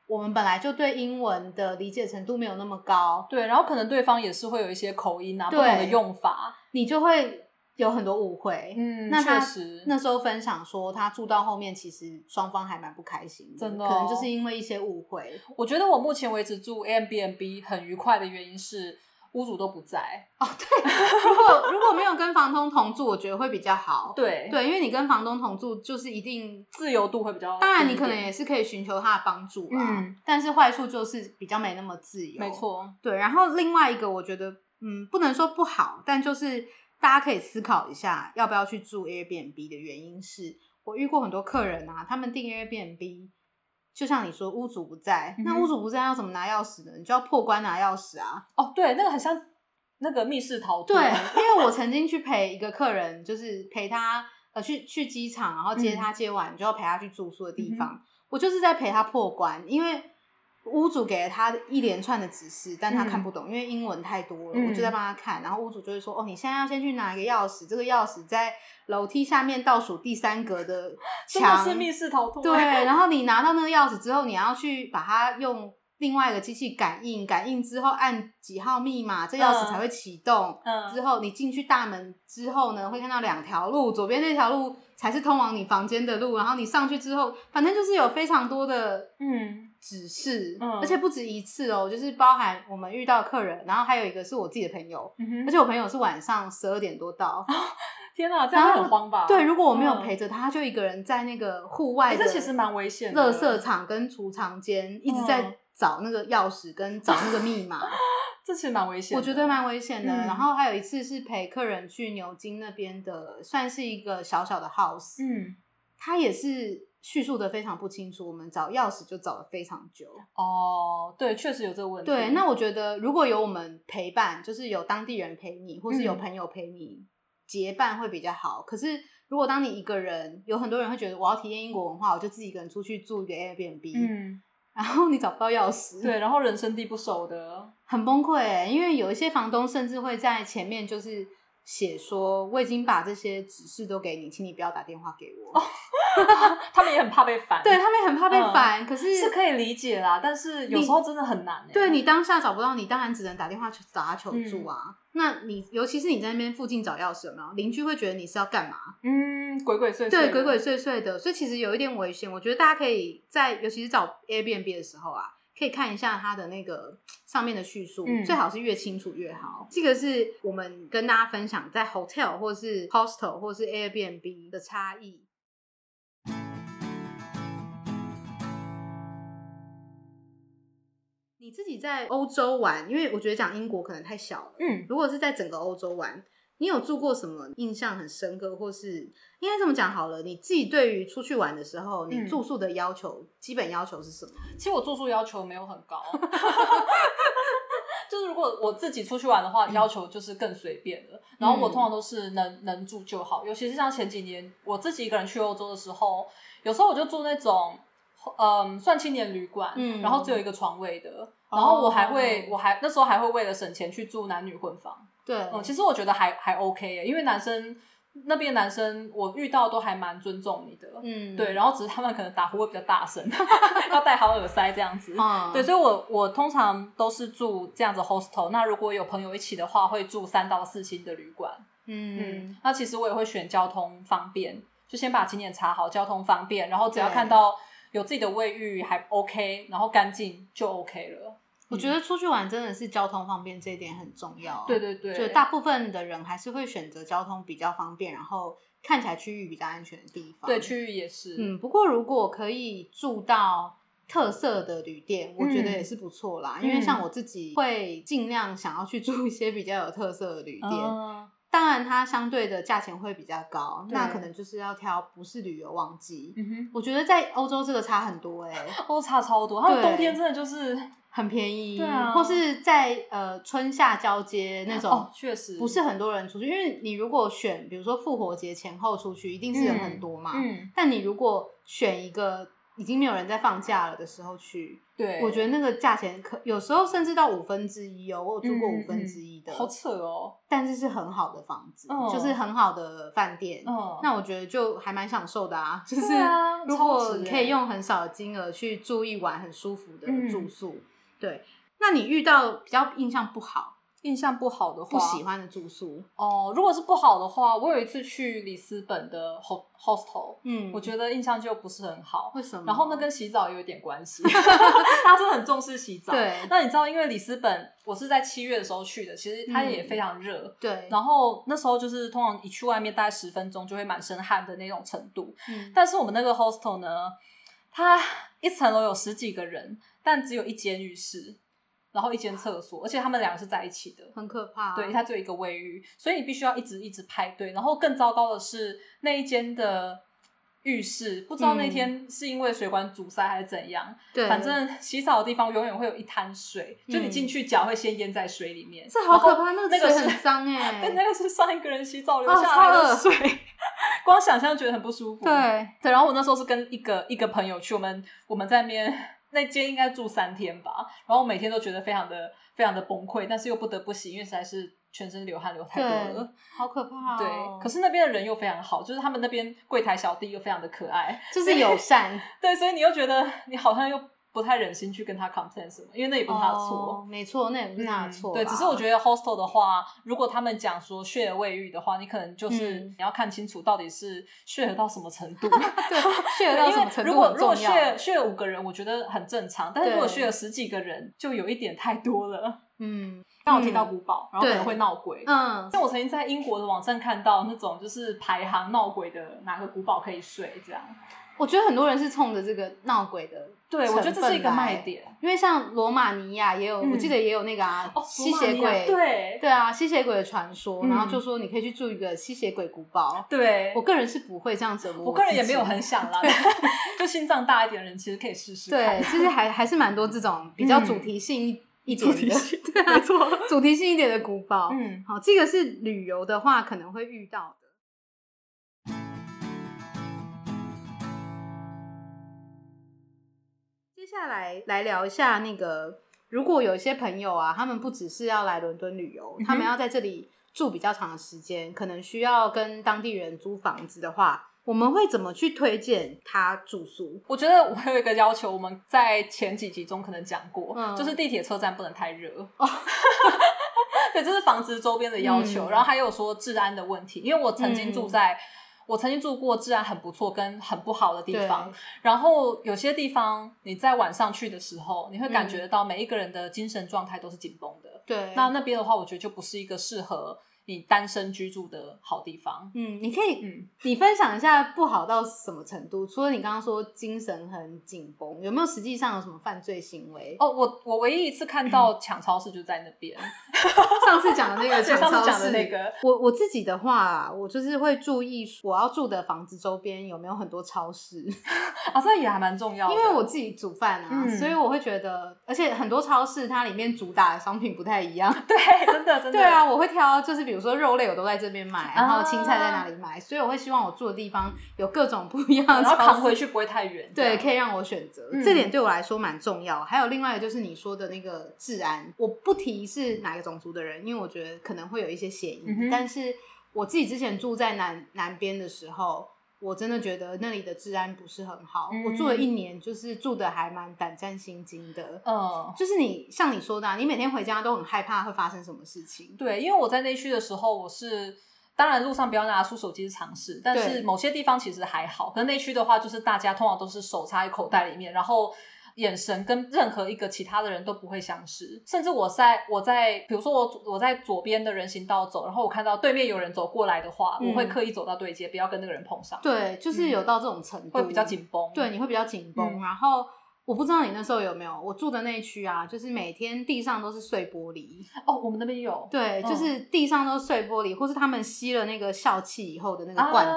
Speaker 1: 我们本来就对英文的理解程度没有那么高，
Speaker 2: 对，然后可能对方也是会有一些口音啊，不
Speaker 1: 对
Speaker 2: 同的用法，
Speaker 1: 你就会有很多误会。
Speaker 2: 嗯，
Speaker 1: 那
Speaker 2: 确
Speaker 1: 他
Speaker 2: 实，
Speaker 1: 那时候分享说，他住到后面，其实双方还蛮不开心的，
Speaker 2: 真的哦
Speaker 1: 可能就是因为一些误会。
Speaker 2: 我觉得我目前为止住 a m b n b 很愉快的原因是屋主都不在，
Speaker 1: 如果如果没有跟房东同住，我觉得会比较好。
Speaker 2: 对，
Speaker 1: 对，因为你跟房东同住，就是一定，
Speaker 2: 自由度会比较低一点，
Speaker 1: 当然你可能也是可以寻求他的帮助啦，
Speaker 2: 嗯
Speaker 1: 但是坏处就是比较没那么自由。
Speaker 2: 没，错，
Speaker 1: 对。然后另外一个，我觉得，嗯，不能说不好，但就是大家可以思考一下，要不要去住 Airbnb 的原因是，我遇过很多客人啊，他们订 Airbnb。就像你说，屋主不在，那
Speaker 2: 嗯哼
Speaker 1: 屋主不在要怎么拿钥匙呢？你就要破关拿钥匙啊。
Speaker 2: 哦，对，那个很像那个密室逃脱， 啊
Speaker 1: 对，因为我曾经去陪一个客人，就是陪他呃去去机场，然后
Speaker 2: 嗯
Speaker 1: 接他接完，就要陪他去住宿的地方。我就是在陪他破关，因为屋主给了他一连串的指示，但他看不懂，因为英文太多了，
Speaker 2: 嗯
Speaker 1: 我就在帮他看。然后屋主就会说：“哦，你现在要先去拿一个钥匙，这个钥匙在楼梯下面倒数第三格的
Speaker 2: 真的
Speaker 1: 墙。”
Speaker 2: 是密室逃脱，啊
Speaker 1: 对，然后你拿到那个钥匙之后，你要去把它用另外一个机器感应，感应之后按几号密码，这钥匙
Speaker 2: 嗯
Speaker 1: 才会启动。
Speaker 2: 嗯
Speaker 1: 之后你进去大门之后呢，会看到两条路，左边那条路才是通往你房间的路，然后你上去之后，反正就是有非常多的
Speaker 2: 嗯
Speaker 1: 指示，
Speaker 2: 嗯
Speaker 1: 而且不止一次哦，就是包含我们遇到客人，然后还有一个是我自己的朋友，
Speaker 2: 嗯哦哼
Speaker 1: 而且我朋友是晚上十二点多到，
Speaker 2: 天哪，这样
Speaker 1: 然
Speaker 2: 会
Speaker 1: 后
Speaker 2: 很慌吧？
Speaker 1: 对，如果我没有
Speaker 2: 嗯
Speaker 1: 陪着他，他就一个人在那个户外
Speaker 2: 欸
Speaker 1: 的，
Speaker 2: 这其实蛮危险的
Speaker 1: 垃圾场跟储藏间一直
Speaker 2: 嗯
Speaker 1: 在找那个钥匙跟找那个密码，
Speaker 2: 这其实蛮危险
Speaker 1: 我
Speaker 2: 的，
Speaker 1: 觉得蛮危险的。
Speaker 2: 嗯
Speaker 1: 然后还有一次是陪客人去牛津那边的，算是一个小小的 house，、
Speaker 2: 嗯
Speaker 1: 他也是叙述的非常不清楚，我们找钥匙就找了非常久。
Speaker 2: 哦，对，确实有这个问题。
Speaker 1: 对，那我觉得如果有我们陪伴，就是有当地人陪你，或是有
Speaker 2: 嗯
Speaker 1: 朋友陪你、结伴会比较好。可是如果当你一个人，有很多人会觉得我要体验英国文化，我就自己一个人出去住一个 Airbnb，、
Speaker 2: 嗯，
Speaker 1: 然后你找不到钥匙，
Speaker 2: 对，然后人生地不熟的，
Speaker 1: 很崩溃欸，因为有一些房东甚至会在前面就是写说，我已经把这些指示都给你，请你不要打电话给我。
Speaker 2: 他们也很怕被烦，
Speaker 1: 对他们也很怕被
Speaker 2: 哦嗯
Speaker 1: 烦，可是
Speaker 2: 是可以理解啦，但是有时候真的很难欸
Speaker 1: 对你当下找不到你，当然只能打电话去找他求助
Speaker 2: 嗯
Speaker 1: 啊。那你尤其是你在那边附近找钥匙，有没有邻居会觉得你是要干嘛？
Speaker 2: 嗯，鬼鬼祟祟，
Speaker 1: 对，鬼鬼，祟祟的，所以其实有一点危险。我觉得大家可以在尤其是找 Airbnb 的时候啊，可以看一下它的那个上面的叙述，
Speaker 2: 嗯
Speaker 1: 最好是越清楚越好。这个是我们跟大家分享在 hotel 或是 hostel 或是 Airbnb 的差异。你自己在欧洲玩，因为我觉得讲英国可能太小了。
Speaker 2: 嗯，
Speaker 1: 如果是在整个欧洲玩，你有住过什么印象很深刻，或是应该这么讲好了？你自己对于出去玩的时候，你
Speaker 2: 嗯
Speaker 1: 住宿的要求、基本要求是什么？
Speaker 2: 其实我住宿要求没有很 高，就是如果我自己出去玩
Speaker 1: 嗯
Speaker 2: 的话，要求就是更随便了。然后我通常都是能能住就好，尤其是像前几年我自己一个人去欧洲的时候，有时候我就住那种。嗯，算青年旅馆，
Speaker 1: 嗯
Speaker 2: 然后只有一个床位的，然后我还会，
Speaker 1: 哦
Speaker 2: 我还那时候还会为了省钱去住男女混房，
Speaker 1: 对，
Speaker 2: 嗯，其实我觉得还还 OK 耶，因为男生那边男生我遇到都还蛮尊重你的，
Speaker 1: 嗯
Speaker 2: 对，然后只是他们可能打呼会比较大声， 要戴好耳塞这样子。
Speaker 1: 嗯，
Speaker 2: 对，所以我我通常都是住这样子 hostel。那如果有朋友一起的话，会住三到四星的旅馆。
Speaker 1: 嗯
Speaker 2: 嗯，那其实我也会选交通方便，就先把景点查好，交通方便，然后只要
Speaker 1: 对
Speaker 2: 看到有自己的卫浴还 OK，然后干净就 OK 了。
Speaker 1: 我觉得出去玩真的是交通方便这一点很重要。
Speaker 2: 对对对，
Speaker 1: 就大部分的人还是会选择交通比较方便，然后看起来区域比较安全的地方。
Speaker 2: 对区域也是，
Speaker 1: 嗯，不过如果可以住到特色的旅店，我觉得
Speaker 2: 嗯
Speaker 1: 也是不错啦。
Speaker 2: 嗯
Speaker 1: 因为像我自己会尽量想要去住一些比较有特色的旅店，
Speaker 2: 嗯
Speaker 1: 当然它相对的价钱会比较高，
Speaker 2: 对
Speaker 1: 那可能就是要挑不是旅游旺季。
Speaker 2: 嗯哼，
Speaker 1: 我觉得在欧洲这个差很多哎、
Speaker 2: 都差超多。他们
Speaker 1: 对
Speaker 2: 冬天真的就是
Speaker 1: 很便宜，
Speaker 2: 对啊
Speaker 1: 或是在呃春夏交接那种，
Speaker 2: 哦，确实
Speaker 1: 不是很多人出去，因为你如果选，比如说复活节前后出去，一定是人很多嘛。
Speaker 2: 嗯，
Speaker 1: 但你如果选一个已经没有人在放假了的时候去，
Speaker 2: 对，
Speaker 1: 我觉得那个价钱可有时候甚至到五分之一哦，我有住过五分之一的，
Speaker 2: 嗯好扯哦，
Speaker 1: 但是是很好的房子，
Speaker 2: 嗯
Speaker 1: 就是很好的饭店。
Speaker 2: 嗯，
Speaker 1: 那我觉得就还蛮享受的啊，就是
Speaker 2: 对啊
Speaker 1: 如
Speaker 2: 超
Speaker 1: 果
Speaker 2: 值欸
Speaker 1: 可以用很少的金额去住一晚很舒服的
Speaker 2: 嗯
Speaker 1: 住宿，对。那你遇到比较印象不好、
Speaker 2: 印象不好的话，
Speaker 1: 不喜欢的住宿，
Speaker 2: 哦。如果是不好的话，我有一次去里斯本的 ho- hostel，
Speaker 1: 嗯，
Speaker 2: 我觉得印象就不是很好。
Speaker 1: 为什么？
Speaker 2: 然后呢，跟洗澡也有点 关系，他真的很重视洗澡。，
Speaker 1: 对
Speaker 2: 那你知道，因为里斯本我是在七月的时候去的，其实它也
Speaker 1: 嗯
Speaker 2: 非常热，
Speaker 1: 对，
Speaker 2: 然后那时候就是通常一去外面大概十分钟就会满身汗的那种程度。
Speaker 1: 嗯
Speaker 2: 但是我们那个 hostel 呢，它一层楼有十几个人，但只有一间浴室，然后一间厕所，而且他们两个是在一起的。
Speaker 1: 很可怕、啊
Speaker 2: 对，它只有一个卫浴，所以你必须要一直一直排队。然后更糟糕的是，那一间的浴室不知道那天是因为水管阻塞还是怎样，
Speaker 1: 嗯对，
Speaker 2: 反正洗澡的地方永远会有一滩水，就你
Speaker 1: 嗯
Speaker 2: 进去脚会先淹在水里面，
Speaker 1: 这好可
Speaker 2: 然后
Speaker 1: 怕，那
Speaker 2: 那
Speaker 1: 水
Speaker 2: 个是
Speaker 1: 很 脏哎、
Speaker 2: 但那个是上一个人洗澡留
Speaker 1: 哦
Speaker 2: 下来
Speaker 1: 超
Speaker 2: 的
Speaker 1: 恶
Speaker 2: 水， 光想象觉得很不舒服。
Speaker 1: 对，
Speaker 2: 对，然后我那时候是跟一个一个朋友去，我们我们在那边那间应该住三天吧，然后每天都觉得非常的非常的崩溃，但是又不得不洗，因为实在是全身流汗流太多了。
Speaker 1: 好可怕、哦。
Speaker 2: 对，可是那边的人又非常好，就是他们那边柜台小弟又非常的可爱，
Speaker 1: 就是友 善，
Speaker 2: 对，所以你又觉得你好像又不太忍心去跟他 complain 什么，因为那也不是他的错。嗯
Speaker 1: 哦没错，那也不是他的错、
Speaker 2: 对，只是我觉得 hostel 的话，如果他们讲说 share 卫浴的话，你可能就是
Speaker 1: 嗯
Speaker 2: 你要看清楚到底是 share 到什么程 度。
Speaker 1: 得 对，血
Speaker 2: 对
Speaker 1: 到
Speaker 2: 因
Speaker 1: 什么
Speaker 2: 为
Speaker 1: 程
Speaker 2: 如
Speaker 1: 度
Speaker 2: 果
Speaker 1: 很
Speaker 2: 如果
Speaker 1: 重要
Speaker 2: share。share 五个人，我觉得很正常，但是如果 share 十几个人，就有一点太多了。
Speaker 1: 嗯
Speaker 2: 让我听到古堡，然后可能
Speaker 1: 对
Speaker 2: 会闹鬼。
Speaker 1: 嗯，
Speaker 2: 像我曾经在英国的网站看到那种就是排行闹鬼的哪个古堡可以睡这样。
Speaker 1: 我觉得很多人是冲着这个闹鬼的，
Speaker 2: 对，我觉得这是一个卖。点。
Speaker 1: 因为像罗马尼亚也有，
Speaker 2: 嗯
Speaker 1: 我记得也有那个啊，
Speaker 2: 哦，
Speaker 1: 吸
Speaker 2: 罗马
Speaker 1: 血
Speaker 2: 尼亚
Speaker 1: 鬼，
Speaker 2: 对
Speaker 1: 对啊，吸血鬼的传说，
Speaker 2: 嗯
Speaker 1: 然后就说你可以去住一个吸血鬼古堡。
Speaker 2: 对
Speaker 1: 我，个人是不会这样折磨
Speaker 2: 我个人也没有
Speaker 1: 自己
Speaker 2: 很想啦，就心脏大一点的人其实可以试试看。
Speaker 1: 对，就是还还是蛮多这种比较主题性一一点的，
Speaker 2: 嗯主题 性
Speaker 1: 对啊
Speaker 2: 没错
Speaker 1: 主题性一点的古堡。
Speaker 2: 嗯，
Speaker 1: 好，这个是旅游的话可能会遇到的。接下来来聊一下那个，如果有一些朋友啊，他们不只是要来伦敦旅游，
Speaker 2: 嗯哼
Speaker 1: 他们要在这里住比较长的时间，可能需要跟当地人租房子的话，我们会怎么去推荐他住宿？
Speaker 2: 我觉得我有一个要求，我们在前几集中可能讲过，
Speaker 1: 嗯哦
Speaker 2: 就是地铁车站不能太热。 对，这是房子周边的要求，
Speaker 1: 嗯嗯
Speaker 2: 然后还有说治安的问题，因为我曾经住在。我曾经住过治安很不错跟很不好的地
Speaker 1: 对
Speaker 2: 方，然后有些地方你在晚上去的时候，你会感觉到每一个人的精神状态都是紧绷的。
Speaker 1: 对，
Speaker 2: 那那边的话，我觉得就不是一个适合你单身居住的好地方。
Speaker 1: 嗯，你可以
Speaker 2: 嗯，
Speaker 1: 你分享一下不好到什么程度？除了你刚刚说精神很紧绷，有没有实际上有什么犯罪行为？
Speaker 2: 哦，我我唯一一次看 到抢超市就在那边，
Speaker 1: 上次讲的那个
Speaker 2: 对
Speaker 1: 抢
Speaker 2: 上
Speaker 1: 超
Speaker 2: 次讲的
Speaker 1: 市
Speaker 2: 那。个，
Speaker 1: 我我自己的话，我就是会注意我要住的房子周边有没有很多超市，因
Speaker 2: 啊，这也还蛮重要的，
Speaker 1: 为我自己煮饭啊，
Speaker 2: 嗯
Speaker 1: 所以我会觉得，而且很多超市它里面主打的商品不太一样。
Speaker 2: 对真的真的
Speaker 1: 对啊，我会挑，就是比如说肉类我都在这边买，然
Speaker 2: 啊
Speaker 1: 后青菜在哪里买，所以我会希望我住的地方有各种不一样的
Speaker 2: 然后
Speaker 1: 超
Speaker 2: 扛
Speaker 1: 市。
Speaker 2: 回去不会太远。
Speaker 1: 对，
Speaker 2: 以。
Speaker 1: 可以让我选择，
Speaker 2: 嗯
Speaker 1: 这点对我来说蛮重要。还有另外一个就是你说的那个治安，我不提是哪个种族的人，因为我觉得可能会有一些嫌疑。
Speaker 2: 嗯哼
Speaker 1: 但是我自己之前住在南南边的时候，我真的觉得那里的治安不是很好。
Speaker 2: 嗯
Speaker 1: 我住了一年，就是住的还蛮胆战心惊的。
Speaker 2: 嗯，
Speaker 1: 就是你像你说的、啊，你每天回家都很害怕会发生什么事情。
Speaker 2: 对，因为我在内区的时候，我是当然路上不要拿出手机是尝试，但是
Speaker 1: 对
Speaker 2: 某些地方其实还好。可是内区的话，就是大家通常都是手插在口袋里面，然后。眼神跟任何一个其他的人都不会相识，甚至我在我在比如说我我在左边的人行道走，然后我看到对面有人走过来的话，
Speaker 1: 嗯
Speaker 2: 我会刻意走到对街，不要跟那个人碰上，嗯
Speaker 1: 对，就是有到这种程度，
Speaker 2: 会比较紧绷。
Speaker 1: 对，你会比较紧绷。
Speaker 2: 嗯
Speaker 1: 然后我不知道你那时候有没有，我住的那一区啊，就是每天地上都是碎玻璃，
Speaker 2: 哦，我们那边有
Speaker 1: 对，
Speaker 2: 嗯
Speaker 1: 就是地上都是碎玻璃，或是他们吸了那个笑气以后的那
Speaker 2: 啊
Speaker 1: 个罐子，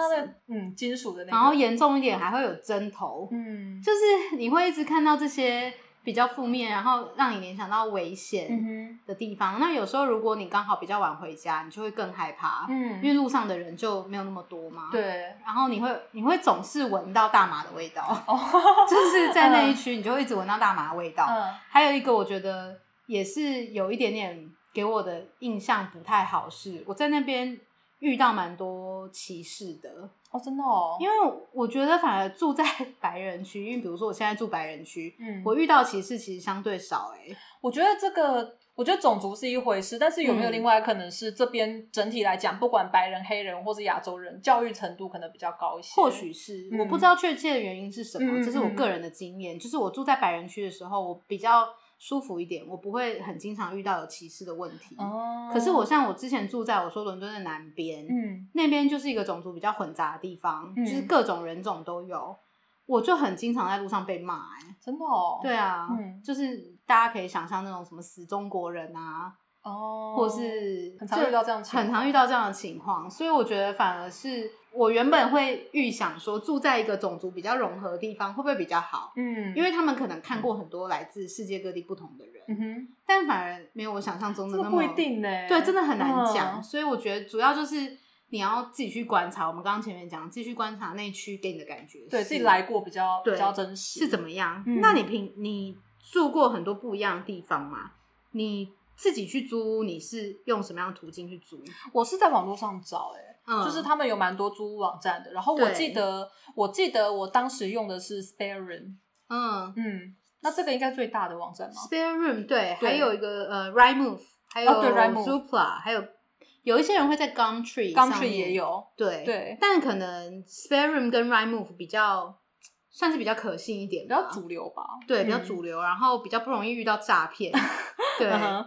Speaker 2: 那嗯，金属的那个，
Speaker 1: 然后严重一点还会有针头，
Speaker 2: 嗯，
Speaker 1: 就是你会一直看到这些比较负面，然后让你联想到危
Speaker 2: 嗯
Speaker 1: 险
Speaker 2: 哼，
Speaker 1: 的地方。那有时候如果你刚好比较晚回家，你就会更害怕，因为
Speaker 2: 嗯，
Speaker 1: 路上的人就没有那么多嘛。。
Speaker 2: 对，
Speaker 1: 然后你会你会总是闻到大麻的味道，
Speaker 2: 哦，
Speaker 1: 就是在那一区，你就会一直闻到大麻的味道。
Speaker 2: 嗯，
Speaker 1: 还有一个，我觉得也是有一点点给我的印象不太好是，我在那边遇到蛮多歧视的，
Speaker 2: 哦，真的哦，
Speaker 1: 因为我觉得反而住在 白人区，因为比如说我现在住白人区，
Speaker 2: 嗯，
Speaker 1: 我遇到歧视其实相对少、欸，
Speaker 2: 我觉得这个，我觉得种族是一回事，但是有没有
Speaker 1: 嗯
Speaker 2: 另外可能是这边整体来讲，不管白人、黑人或是亚洲人，教育程度可能比较高一些，
Speaker 1: 或许是、
Speaker 2: 嗯
Speaker 1: 我不知道确切的原因是什么，
Speaker 2: 嗯嗯
Speaker 1: 这是我
Speaker 2: 嗯
Speaker 1: 个人的经验，就是我住在白人区的时候，我比较舒服一点，我不会很经常遇到有歧视的问题。
Speaker 2: 哦，
Speaker 1: 可是我像我之前住在我说伦敦的南边，
Speaker 2: 嗯
Speaker 1: 那边就是一个种族比较混杂的地方，
Speaker 2: 嗯
Speaker 1: 就是各种人种都有。我就很经常在路上被骂、欸，
Speaker 2: 真的哦，
Speaker 1: 对啊，
Speaker 2: 嗯
Speaker 1: 就是大家可以想象那种什么死中国人啊，
Speaker 2: 哦，
Speaker 1: 或是
Speaker 2: 很常遇到这样的
Speaker 1: 就
Speaker 2: 情况
Speaker 1: 很常遇到这样的情况，所以我觉得反而是我原本会预想说住在一个种族比较融合的地方会不会比较好，
Speaker 2: 嗯，
Speaker 1: 因为他们可能看过很多来自世界各地不同的人，
Speaker 2: 嗯哼，
Speaker 1: 但反而没有我想象中
Speaker 2: 这
Speaker 1: 的
Speaker 2: 个
Speaker 1: 那
Speaker 2: 不
Speaker 1: 么
Speaker 2: 一定呢，
Speaker 1: 对，真的很难讲。
Speaker 2: 嗯
Speaker 1: 所以我觉得主要就是你要自己去观察，我们刚刚前面讲，继续观察那区给你的感觉是，
Speaker 2: 对自己来过比较比
Speaker 1: 对
Speaker 2: 较真实，
Speaker 1: 是怎么样。
Speaker 2: 嗯
Speaker 1: 那你平你住过很多不一样的地方嘛？你自己去租屋，你是用什么样的途径去租？
Speaker 2: 我是在网络上找哎、
Speaker 1: 嗯，
Speaker 2: 就是他们有蛮多租屋网站的，然后我
Speaker 1: 对
Speaker 2: 记得，我记得我当时用的是 Spare Room，
Speaker 1: 嗯
Speaker 2: 嗯，那这个应该最大的网站吗？
Speaker 1: ，spare room 对，
Speaker 2: 对
Speaker 1: 还有一个呃 r i move，还有
Speaker 2: 哦对，Rightmove
Speaker 1: Zoopla，还有有一些人会在 Gumtree
Speaker 2: 刚
Speaker 1: 上
Speaker 2: 去
Speaker 1: 面
Speaker 2: 也有，
Speaker 1: 对
Speaker 2: 对
Speaker 1: 但可能 spare room 跟 r i move 比较算是比较可信一点
Speaker 2: 比
Speaker 1: 吧，
Speaker 2: 较主流吧？
Speaker 1: 对，比较
Speaker 2: 嗯
Speaker 1: 主流，然后比较不容易遇到诈 骗。对
Speaker 2: 嗯，哼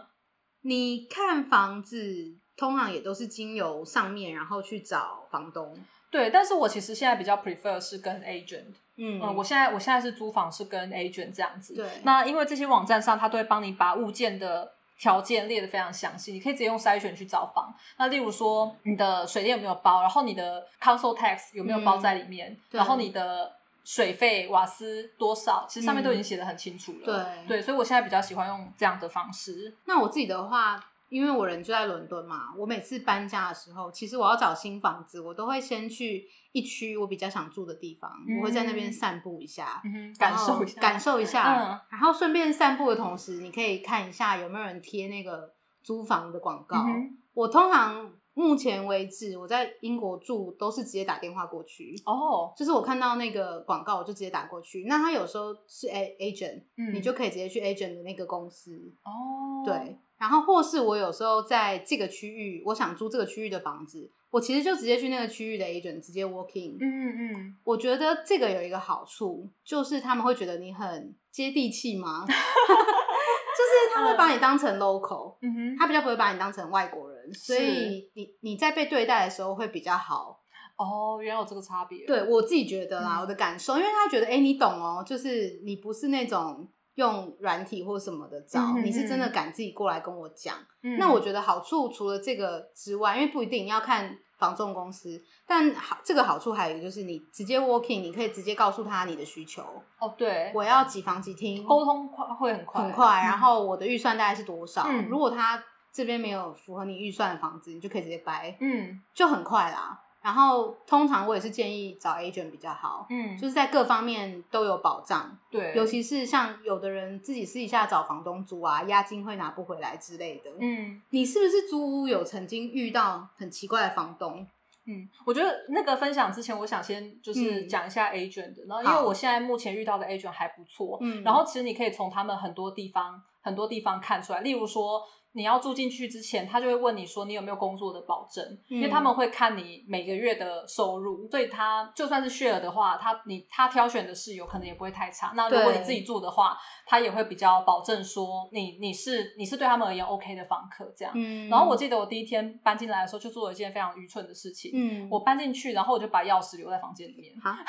Speaker 1: 你看房子通常也都是经由上面，然后去找房东。
Speaker 2: 对，但是我其实现在比较 prefer 是跟 agent，
Speaker 1: 嗯，
Speaker 2: 嗯，我现在我现在是租房是跟 agent 这样子。
Speaker 1: 对
Speaker 2: 那因为这些网站上，它都会帮你把物件的条件列得非常详细，你可以直接用筛选去找房。那例如说，你的水电有没有包，然后你的 council tax 有没有包在里面，
Speaker 1: 嗯对
Speaker 2: 然后你的水费、瓦斯多少，其实上
Speaker 1: 嗯
Speaker 2: 面都已经写得很清楚了。
Speaker 1: 对
Speaker 2: 对，所以我现在比较喜欢用这样的方式。
Speaker 1: 那我自己的话，因为我人就在伦敦嘛，我每次搬家的时候，其实我要找新房子，我都会先去一区我比较想住的地方，我会在那边
Speaker 2: 嗯
Speaker 1: 散步一下。
Speaker 2: 嗯哼，
Speaker 1: 然
Speaker 2: 感
Speaker 1: 后
Speaker 2: 受一下，
Speaker 1: 哦感受一下，
Speaker 2: 嗯
Speaker 1: 然后顺便散步的同时，你可以看一下有没有人贴那个租房的广告。
Speaker 2: 嗯哼
Speaker 1: 我通常目前为止，我在英国住都是直接打电话过去，
Speaker 2: 哦，
Speaker 1: 就是我看到那个广告我就直接打过去。那他有时候是 A agent，、
Speaker 2: 嗯，
Speaker 1: 你就可以直接去 agent 的那个公司，
Speaker 2: 哦，
Speaker 1: 对。然后或是我有时候在这个区域，我想租这个区域的房子，我其实就直接去那个区域的 agent 直接 walk in。
Speaker 2: 嗯，嗯嗯，
Speaker 1: 我觉得这个有一个好处，就是他们会觉得你很接地气吗？ 就是他会把你当成 local，、
Speaker 2: 嗯哼，
Speaker 1: 他比较不会把你当成外国人，所以你你在被对待的时候会比较好。
Speaker 2: 哦，原来有这个差别。，
Speaker 1: 对我自己觉得啦，
Speaker 2: 嗯
Speaker 1: 我的感受，因为他觉得哎、诶你懂哦，就是你不是那种用软体或什么的招，
Speaker 2: 嗯哼
Speaker 1: 你是
Speaker 2: 哼
Speaker 1: 真的敢自己过来跟我讲。
Speaker 2: 嗯、
Speaker 1: 那我觉得好处除了这个之外，因为不一定要看房仲公司，但好这个好处还有一个就是你直接 walking，你可以直接告诉他你的需求，
Speaker 2: 哦，对，
Speaker 1: 我要几房几厅，
Speaker 2: 沟通快会很快，
Speaker 1: 很快，然
Speaker 2: 嗯
Speaker 1: 后我的预算大概是多少？
Speaker 2: 嗯
Speaker 1: 如果他这边没有符合你预算的房子，你就可以直接掰，
Speaker 2: 嗯
Speaker 1: 就很快啦。然后通常我也是建议找 agent 比较好，
Speaker 2: 嗯，
Speaker 1: 就是在各方面都有保障，
Speaker 2: 对，
Speaker 1: 尤其是像有的人自己私底下找房东租啊，押金会拿不回来之类的，
Speaker 2: 嗯。
Speaker 1: 你是不是租屋有曾经遇到很奇怪的房东？
Speaker 2: 嗯，我觉得那个分享之前，我想先就是
Speaker 1: 嗯
Speaker 2: 讲一下 agent 的，然后因为
Speaker 1: 好
Speaker 2: 我现在目前遇到的 agent 还不错，
Speaker 1: 嗯
Speaker 2: 然后其实你可以从他们很多地方很多地方看出来，例如说你要住进去之前，他就会问你说你有没有工作的保证，因为他
Speaker 1: 嗯
Speaker 2: 们会看你每个月的收入，所以他就算是 share 的话，他你他挑选的室友可能也不会太差。那如果
Speaker 1: 对
Speaker 2: 你自己住的话，他也会比较保证说你你是你是对他们而言 OK 的房客这样。
Speaker 1: 嗯，
Speaker 2: 然后我记得我第一天搬进来的时候，就做了一件非常愚蠢的事情。
Speaker 1: 嗯
Speaker 2: 我搬进去，然后我就把钥匙留在房间里面。
Speaker 1: 啊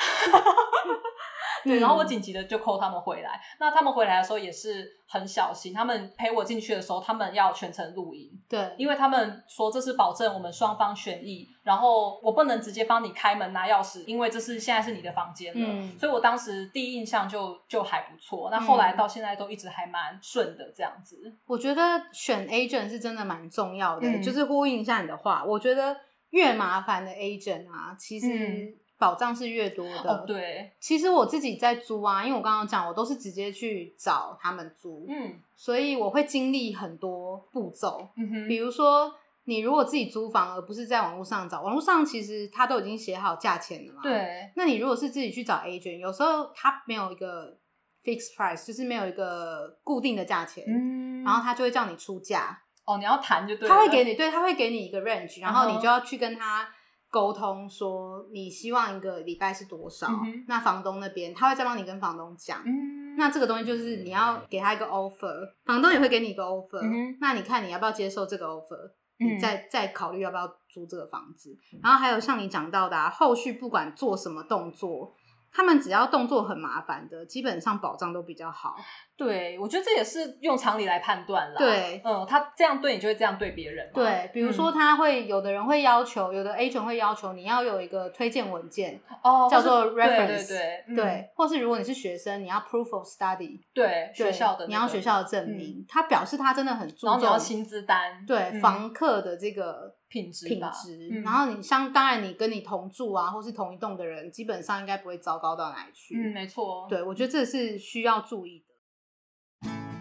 Speaker 2: 对，
Speaker 1: 嗯
Speaker 2: 然后我紧急的就 call 他们回来。那他们回来的时候也是很小心，他们陪我进去的时候，他们要全程录音，
Speaker 1: 对，
Speaker 2: 因为他们说这是保证我们双方权益，然后我不能直接帮你开门拿钥匙，因为这是现在是你的房间了。
Speaker 1: 嗯
Speaker 2: 所以我当时第一印象就就还不错，那后来到现在都一直还蛮顺的这样子。
Speaker 1: 我觉得选 agent 是真的蛮重要的、
Speaker 2: 嗯
Speaker 1: 就是呼应一下你的话，我觉得越麻烦的 agent 啊，其实
Speaker 2: 嗯
Speaker 1: 保障是越多的。
Speaker 2: 哦，。对，
Speaker 1: 其实我自己在租啊，因为我刚刚讲，我都是直接去找他们租，
Speaker 2: 嗯
Speaker 1: 所以我会经历很多步骤。
Speaker 2: 嗯哼，
Speaker 1: 比如说，你如果自己租房，而不是在网络上找，网络上其实它都已经写好价钱了嘛。。
Speaker 2: 对，
Speaker 1: 那你如果是自己去找 agent，有时候他没有一个 fixed price，就是没有一个固定的价钱，
Speaker 2: 嗯
Speaker 1: 然后他就会叫你出价，
Speaker 2: 哦，你要谈就对了，
Speaker 1: 他会给你对，他会给你一个 range，然后
Speaker 2: 嗯哼
Speaker 1: 你就要去跟他沟通说你希望一个礼拜是多少，
Speaker 2: 嗯哼
Speaker 1: 那房东那边他会再帮你跟房东讲。
Speaker 2: 嗯，
Speaker 1: 那这个东西就是你要给他一个 offer，房东也会给你一个 offer，、
Speaker 2: 嗯哼
Speaker 1: 那你看你要不要接受这个 offer，你
Speaker 2: 嗯
Speaker 1: 再、再考虑要不要租这个房子。然后还有像你讲到的、啊，后续不管做什么动作，他们只要动作很麻烦的，基本上保障都比较好。
Speaker 2: 对，我觉得这也是用常理来判断啦。，
Speaker 1: 对。
Speaker 2: 嗯，他这样对你就会这样对别人嘛。
Speaker 1: 对，比如说
Speaker 2: 嗯
Speaker 1: 他会、有的人会要求，有的 agent 会要求你要有一个推荐文件，
Speaker 2: 哦，
Speaker 1: 叫做
Speaker 2: 或是
Speaker 1: reference
Speaker 2: 对对对嗯
Speaker 1: 对，或是如果你是学生，你要 proof of study，
Speaker 2: 对，
Speaker 1: 对
Speaker 2: 学校的
Speaker 1: 你
Speaker 2: 那
Speaker 1: 要
Speaker 2: 个嗯
Speaker 1: 学，校的证明，他表示他真的很注
Speaker 2: 然后你要
Speaker 1: 重
Speaker 2: 薪资单，
Speaker 1: 对、
Speaker 2: 嗯
Speaker 1: 房客的这个
Speaker 2: 品质
Speaker 1: 品
Speaker 2: 吧
Speaker 1: 质，
Speaker 2: 嗯
Speaker 1: 然后你像当然你跟你同住啊，或是同一栋的人，基本上应该不会糟糕到哪里去。
Speaker 2: 嗯，没错，，
Speaker 1: 对，我觉得这是需要注意的。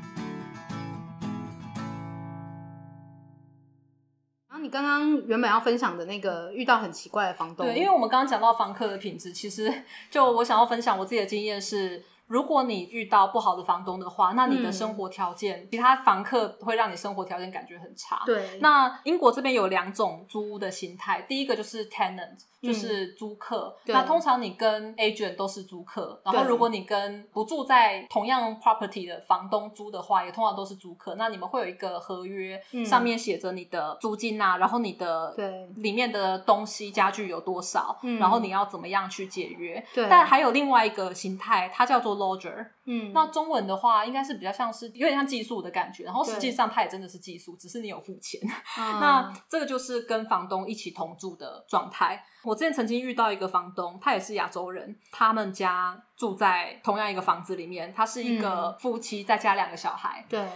Speaker 1: 然后你刚刚原本要分享的那个遇到很奇怪的房东，
Speaker 2: 对，因为我们刚刚讲到房客的品质，其实 就我想要分享我自己的经验是。如果你遇到不好的房东的话，那你的
Speaker 1: 嗯
Speaker 2: 生活条件，其他房客会让你生活条件感觉很差。
Speaker 1: 对
Speaker 2: 那英国这边有两种租屋的形态，第一个就是 tenant，
Speaker 1: 嗯
Speaker 2: 就是租客。
Speaker 1: 对
Speaker 2: 那通常你跟 agent 都是租客，然后
Speaker 1: 对
Speaker 2: 如果你跟不住在同样 property 的房东租的话，也通常都是租客。那你们会有一个合约，
Speaker 1: 嗯
Speaker 2: 上面写着你的租金啊，然后你的
Speaker 1: 对
Speaker 2: 里面的东西家具有多少，
Speaker 1: 嗯
Speaker 2: 然后你要怎么样去解约。
Speaker 1: 对，
Speaker 2: 但还有另外一个形态，它叫做 lodger。
Speaker 1: 嗯，
Speaker 2: 那中文的话，应该是比较像是有点像寄宿的感觉，然后实际上它也真的是寄宿，只是你有付钱。
Speaker 1: 嗯
Speaker 2: 那这个就是跟房东一起同住的状态。我之前曾经遇到一个房东，他也是亚洲人，他们家住在同样一个房子里面，他是一个夫妻再加两个小孩。
Speaker 1: 嗯对，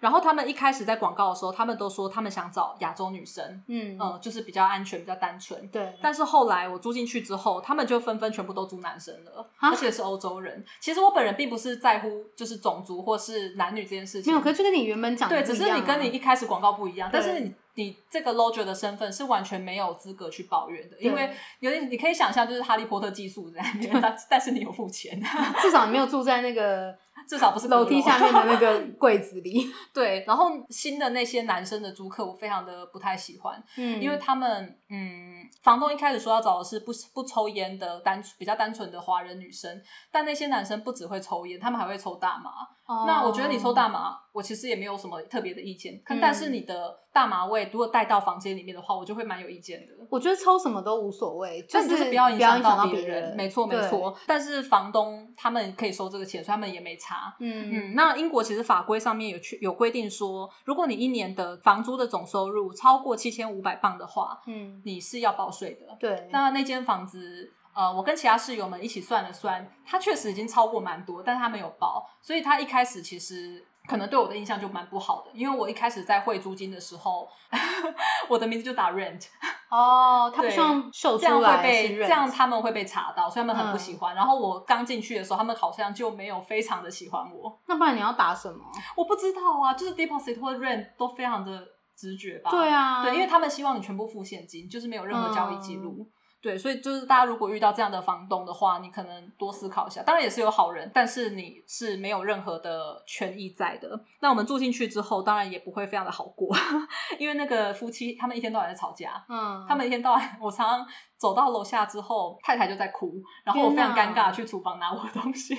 Speaker 2: 然后他们一开始在广告的时候，他们都说他们想找亚洲女生，
Speaker 1: 嗯，
Speaker 2: 嗯，就是比较安全、比较单纯。
Speaker 1: 对，
Speaker 2: 但是后来我住进去之后，他们就纷纷全部都租男生了，
Speaker 1: 啊
Speaker 2: 而且是欧洲人。其实我本人并不是在乎就是种族或是男女这件事情，
Speaker 1: 没有，可是就跟你原本讲的
Speaker 2: 对，
Speaker 1: 不
Speaker 2: 只
Speaker 1: 一
Speaker 2: 是
Speaker 1: 样
Speaker 2: 你
Speaker 1: 啊
Speaker 2: 跟你一开始广告不一样，
Speaker 1: 对
Speaker 2: 但是你你这个 loger 的身份是完全没有资格去抱怨的，
Speaker 1: 对
Speaker 2: 因为有点你可以想象就是哈利波特技术在那边， 但但是你有付钱，
Speaker 1: 至少你没有住在那 个
Speaker 2: 至少不是
Speaker 1: 楼梯下面
Speaker 2: 的。
Speaker 1: 的那个柜子里，
Speaker 2: 对，然后新的那些男生的租客，我非常的不太喜欢，
Speaker 1: 嗯，
Speaker 2: 因为他们嗯，房东一开始说要找的是不不抽烟的单比较单纯的华人女生，但那些男生不只会抽烟，他们还会抽大麻。
Speaker 1: 哦
Speaker 2: 那我觉得你抽大麻，我其实也没有什么特别的意见。可
Speaker 1: 嗯
Speaker 2: 但是你的大麻味如果带到房间里面的话，我就会蛮有意见的。
Speaker 1: 我觉得抽什么都无所谓，
Speaker 2: 但
Speaker 1: 是
Speaker 2: 就是
Speaker 1: 不
Speaker 2: 要
Speaker 1: 影
Speaker 2: 响
Speaker 1: 到
Speaker 2: 别
Speaker 1: 人，
Speaker 2: 没错没
Speaker 1: 对，
Speaker 2: 错。但是房东他们可以收这个钱，所以他们也没差。
Speaker 1: 嗯
Speaker 2: 嗯，那英国其实法规上面有去有规定说，如果你一年的房租的总收入超过七千五百磅的话，
Speaker 1: 嗯，
Speaker 2: 你是要报税的。
Speaker 1: 对，
Speaker 2: 那那间房子，呃，我跟其他室友们一起算了算，他确实已经超过蛮多，但他没有报，所以他一开始其实可能对我的印象就蛮不好的，因为我一开始在汇租金的时候， 我的名字就打 rent，
Speaker 1: 哦，他不
Speaker 2: 对
Speaker 1: 希望秀
Speaker 2: 这样
Speaker 1: 出
Speaker 2: 会
Speaker 1: 来
Speaker 2: 被
Speaker 1: 是
Speaker 2: 这
Speaker 1: rent 嗯
Speaker 2: 样他们会被查到，所以他们很不喜欢。然后我刚进去的时候，他们好像就没有非常的喜欢我，
Speaker 1: 那不然你要打什么？
Speaker 2: 我不知道啊，就是 deposit 或 rent 都非常的直觉吧，
Speaker 1: 对啊，
Speaker 2: 对，因为他们希望你全部付现金，就是没有任何交易记录。对，所以就是大家如果遇到这样的房东的话，你可能多思考一下。当然也是有好人，但是你是没有任何的权益在的。那我们住进去之后，当然也不会非常的好过， 因为那个夫妻他们一天到晚在吵架。
Speaker 1: 嗯，
Speaker 2: 他们一天到晚，我常常走到楼下之后，太太就在哭，然后我非常尴
Speaker 1: 天
Speaker 2: 尬
Speaker 1: 哪
Speaker 2: 地去厨房拿我的东西。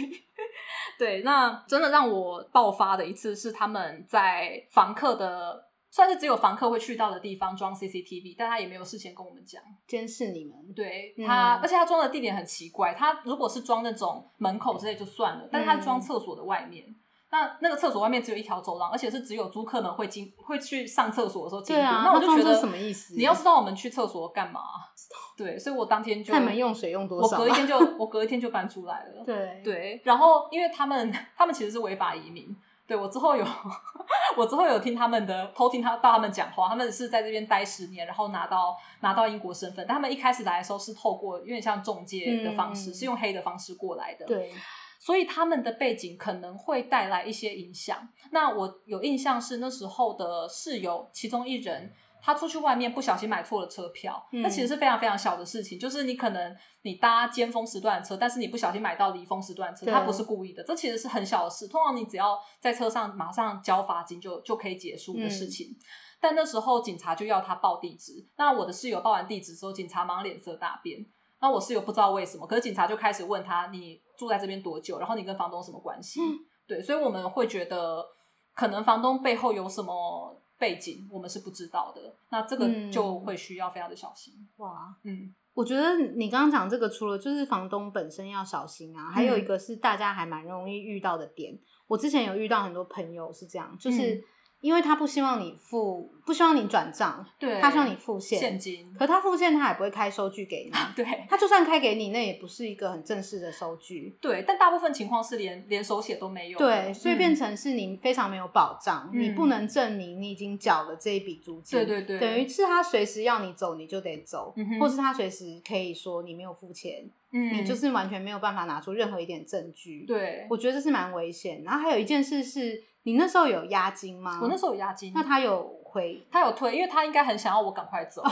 Speaker 2: 对，那真的让我爆发的一次是他们在房客的，算是只有房客会去到的地方装 CCTV，但他也没有事先跟我们讲。
Speaker 1: 监视你们，
Speaker 2: 对
Speaker 1: 嗯
Speaker 2: 他，而且他装的地点很奇怪，他如果是装那种门口之类就算了，但是他
Speaker 1: 嗯
Speaker 2: 装厕所的外面。那那个厕所外面只有一条走廊，而且是只有租客们会经会去上厕所的时候经
Speaker 1: 对
Speaker 2: 过。
Speaker 1: 啊，
Speaker 2: 那我
Speaker 1: 他
Speaker 2: 就
Speaker 1: 装
Speaker 2: 觉
Speaker 1: 这
Speaker 2: 得
Speaker 1: 什么意思？
Speaker 2: 你要知道我们去厕所干嘛？对，所以我 当天就
Speaker 1: 看你们用水用多
Speaker 2: 我
Speaker 1: 少
Speaker 2: 隔一
Speaker 1: 啊？
Speaker 2: 天就我隔一天就搬出来了。
Speaker 1: 对，
Speaker 2: 对，然后因为他们 他们其实是违法移民。对我之后有 我之后有听他们的偷听他到他们讲话，他们是在这边待十年，然后拿到拿到英国身份，但他们一开始来的时候是透过有点像中介的方式，
Speaker 1: 嗯
Speaker 2: 是用黑的方式过来的。
Speaker 1: 对，
Speaker 2: 所以他们的背景可能会带来一些影响。那我有印象是那时候的室友其中一人，他出去外面不小心买错了车票，
Speaker 1: 嗯
Speaker 2: 那其实是非常非常小的事情，就是你可能你搭尖峰时段的车，但是你不小心买到离峰时段的车，
Speaker 1: 对
Speaker 2: 他不是故意的，这其实是很小的事。通常你只要在车上马上交罚金就就可以结束的
Speaker 1: 嗯
Speaker 2: 事情。但那时候警察就要他报地址，那我的室友报完地址之后，警察忙脸色大变，那我室友不知道为什么，可是警察就开始问他你住在这边多久，然后你跟房东什么关系？
Speaker 1: 嗯
Speaker 2: 对，所以我们会觉得可能房东背后有什么背景，我们是不知道的。那这个
Speaker 1: 嗯
Speaker 2: 就会需要非常的小心。
Speaker 1: 哇，
Speaker 2: 嗯，
Speaker 1: 我觉得你刚刚讲这个，除了就是房东本身要小心啊，还有一
Speaker 2: 嗯
Speaker 1: 个是大家还蛮容易遇到的点。我之前有遇到很多朋友是这样，就是
Speaker 2: 嗯
Speaker 1: 因为他不希望你付，不希望你转账，
Speaker 2: 对，
Speaker 1: 他希望你付现，
Speaker 2: 现金，啊
Speaker 1: 可他付现他也不会开收据给你，
Speaker 2: 对
Speaker 1: 他就算开给你，那也不是一个很正式的收据。
Speaker 2: 对，但大部分情况是连连手写都没有的。
Speaker 1: 对，所以
Speaker 2: 嗯
Speaker 1: 变成是你非常没有保障，
Speaker 2: 嗯
Speaker 1: 你不能证明你已经缴了这一笔租金。
Speaker 2: 对对对，
Speaker 1: 等于是他随时要你走，你就得走，
Speaker 2: 嗯哼
Speaker 1: 或是他随时可以说你没有付钱，
Speaker 2: 嗯，
Speaker 1: 你就是完全没有办法拿出任何一点证据。，
Speaker 2: 对。
Speaker 1: 我觉得这是蛮危险。然后还有一件事是，你那时候有押金吗？
Speaker 2: 我那时候有押金，
Speaker 1: 那他有回，
Speaker 2: 他有退，因为他应该很想要我 赶快走。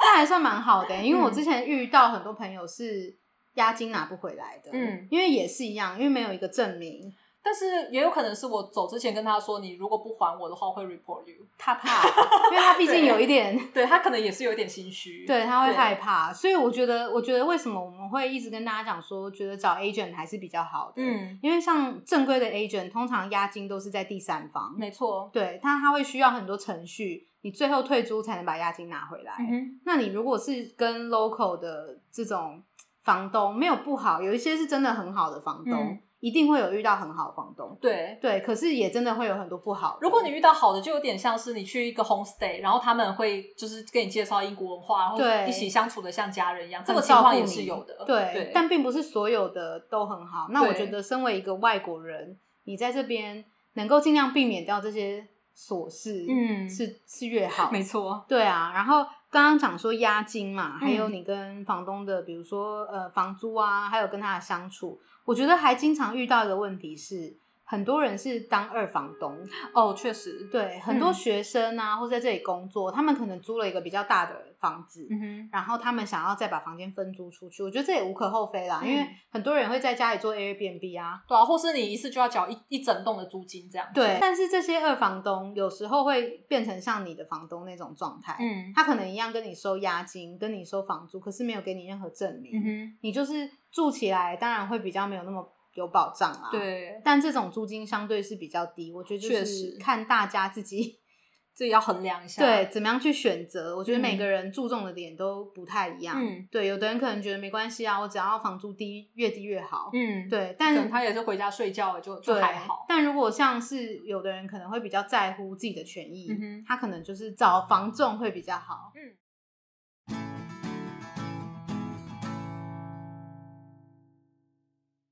Speaker 1: 那还算蛮好的、欸因为我
Speaker 2: 嗯
Speaker 1: 之前遇到很多朋友是押金拿不回来的，
Speaker 2: 嗯，
Speaker 1: 因为也是一样，因为没有一个证明，
Speaker 2: 但是也有可能是我走之前跟他说，你如果不还我的话，我会 report you。
Speaker 1: 他怕，因为他毕竟有一点。
Speaker 2: 对他可能也是有一点心虚。
Speaker 1: 对，他会
Speaker 2: 对
Speaker 1: 害怕，所以我觉得，我觉得为什么我们会一直跟大家讲说，觉得找 agent 还是比较好的，
Speaker 2: 嗯，
Speaker 1: 因为像正规的 agent，通常押金都是在第三方，
Speaker 2: 没错。
Speaker 1: 对，但他会需要很多程序，你最后退租才能把押金拿回来。
Speaker 2: 嗯哼，
Speaker 1: 那你如果是跟 local 的这种房东，没有不好，有一些是真的很好的房东，
Speaker 2: 嗯
Speaker 1: 一定会有遇到很好的房东，
Speaker 2: 对。
Speaker 1: 对，可是也真的会有很多不好的。
Speaker 2: 如果你遇到好的，就有点像是你去一个 homestay，然后他们会就是跟你介绍英国文化，然后
Speaker 1: 对
Speaker 2: 一起相处的像家人一样，这
Speaker 1: 很
Speaker 2: 个情
Speaker 1: 照
Speaker 2: 况
Speaker 1: 顾
Speaker 2: 也
Speaker 1: 你
Speaker 2: 是有的。
Speaker 1: 对，
Speaker 2: 对，
Speaker 1: 但并不是所有的都很好。那我觉
Speaker 2: 对
Speaker 1: 得，身为一个外国人，你在这边能够尽量避免掉这些琐事，
Speaker 2: 嗯
Speaker 1: 是是越好。
Speaker 2: 没错，
Speaker 1: 对啊，然后刚刚讲说押金嘛，还
Speaker 2: 嗯
Speaker 1: 有你跟房东的，比如说呃房租啊，还有跟他的相处，我觉得还经常遇到一个问题是，很多人是当二房东，
Speaker 2: 哦，确实，
Speaker 1: 对，很多
Speaker 2: 嗯
Speaker 1: 学生啊、或在这里工作，他们可能租了一个比较大的房子，
Speaker 2: 嗯哼，
Speaker 1: 然后他们想要再把房间分租出去，我觉得这也无可厚非啦，
Speaker 2: 嗯
Speaker 1: 因为很多人会在家里做 Airbnb 啊，
Speaker 2: 对啊，或是你一次就要缴一一整栋的租金这样，
Speaker 1: 对，，但是这些二房东有时候会变成像你的房东那种状态，
Speaker 2: 嗯
Speaker 1: 他可能一样跟你收押金，跟你收房租，可是没有给你任何证明，
Speaker 2: 嗯
Speaker 1: 你就是住起来当然会比较没有那么有保障啦。
Speaker 2: 哼，，对，
Speaker 1: 但这种租金相对是比较低，我觉得就
Speaker 2: 确
Speaker 1: 是
Speaker 2: 实
Speaker 1: 看大家自己
Speaker 2: 这个要衡量一下，
Speaker 1: 对，怎么样去选择。我觉得
Speaker 2: 嗯
Speaker 1: 每个人注重的点都不太一样。
Speaker 2: 嗯
Speaker 1: 对，有的人可能觉得没关系啊，我只要房租低越低越好。
Speaker 2: 嗯，，
Speaker 1: 对，
Speaker 2: 可
Speaker 1: 但
Speaker 2: 能他也是回家睡觉了，就就
Speaker 1: 对
Speaker 2: 还好，
Speaker 1: 但如果像是有的人可能会比较在乎自己的权益，
Speaker 2: 嗯哼
Speaker 1: 他可能就是找房仲会比较好。
Speaker 2: 嗯。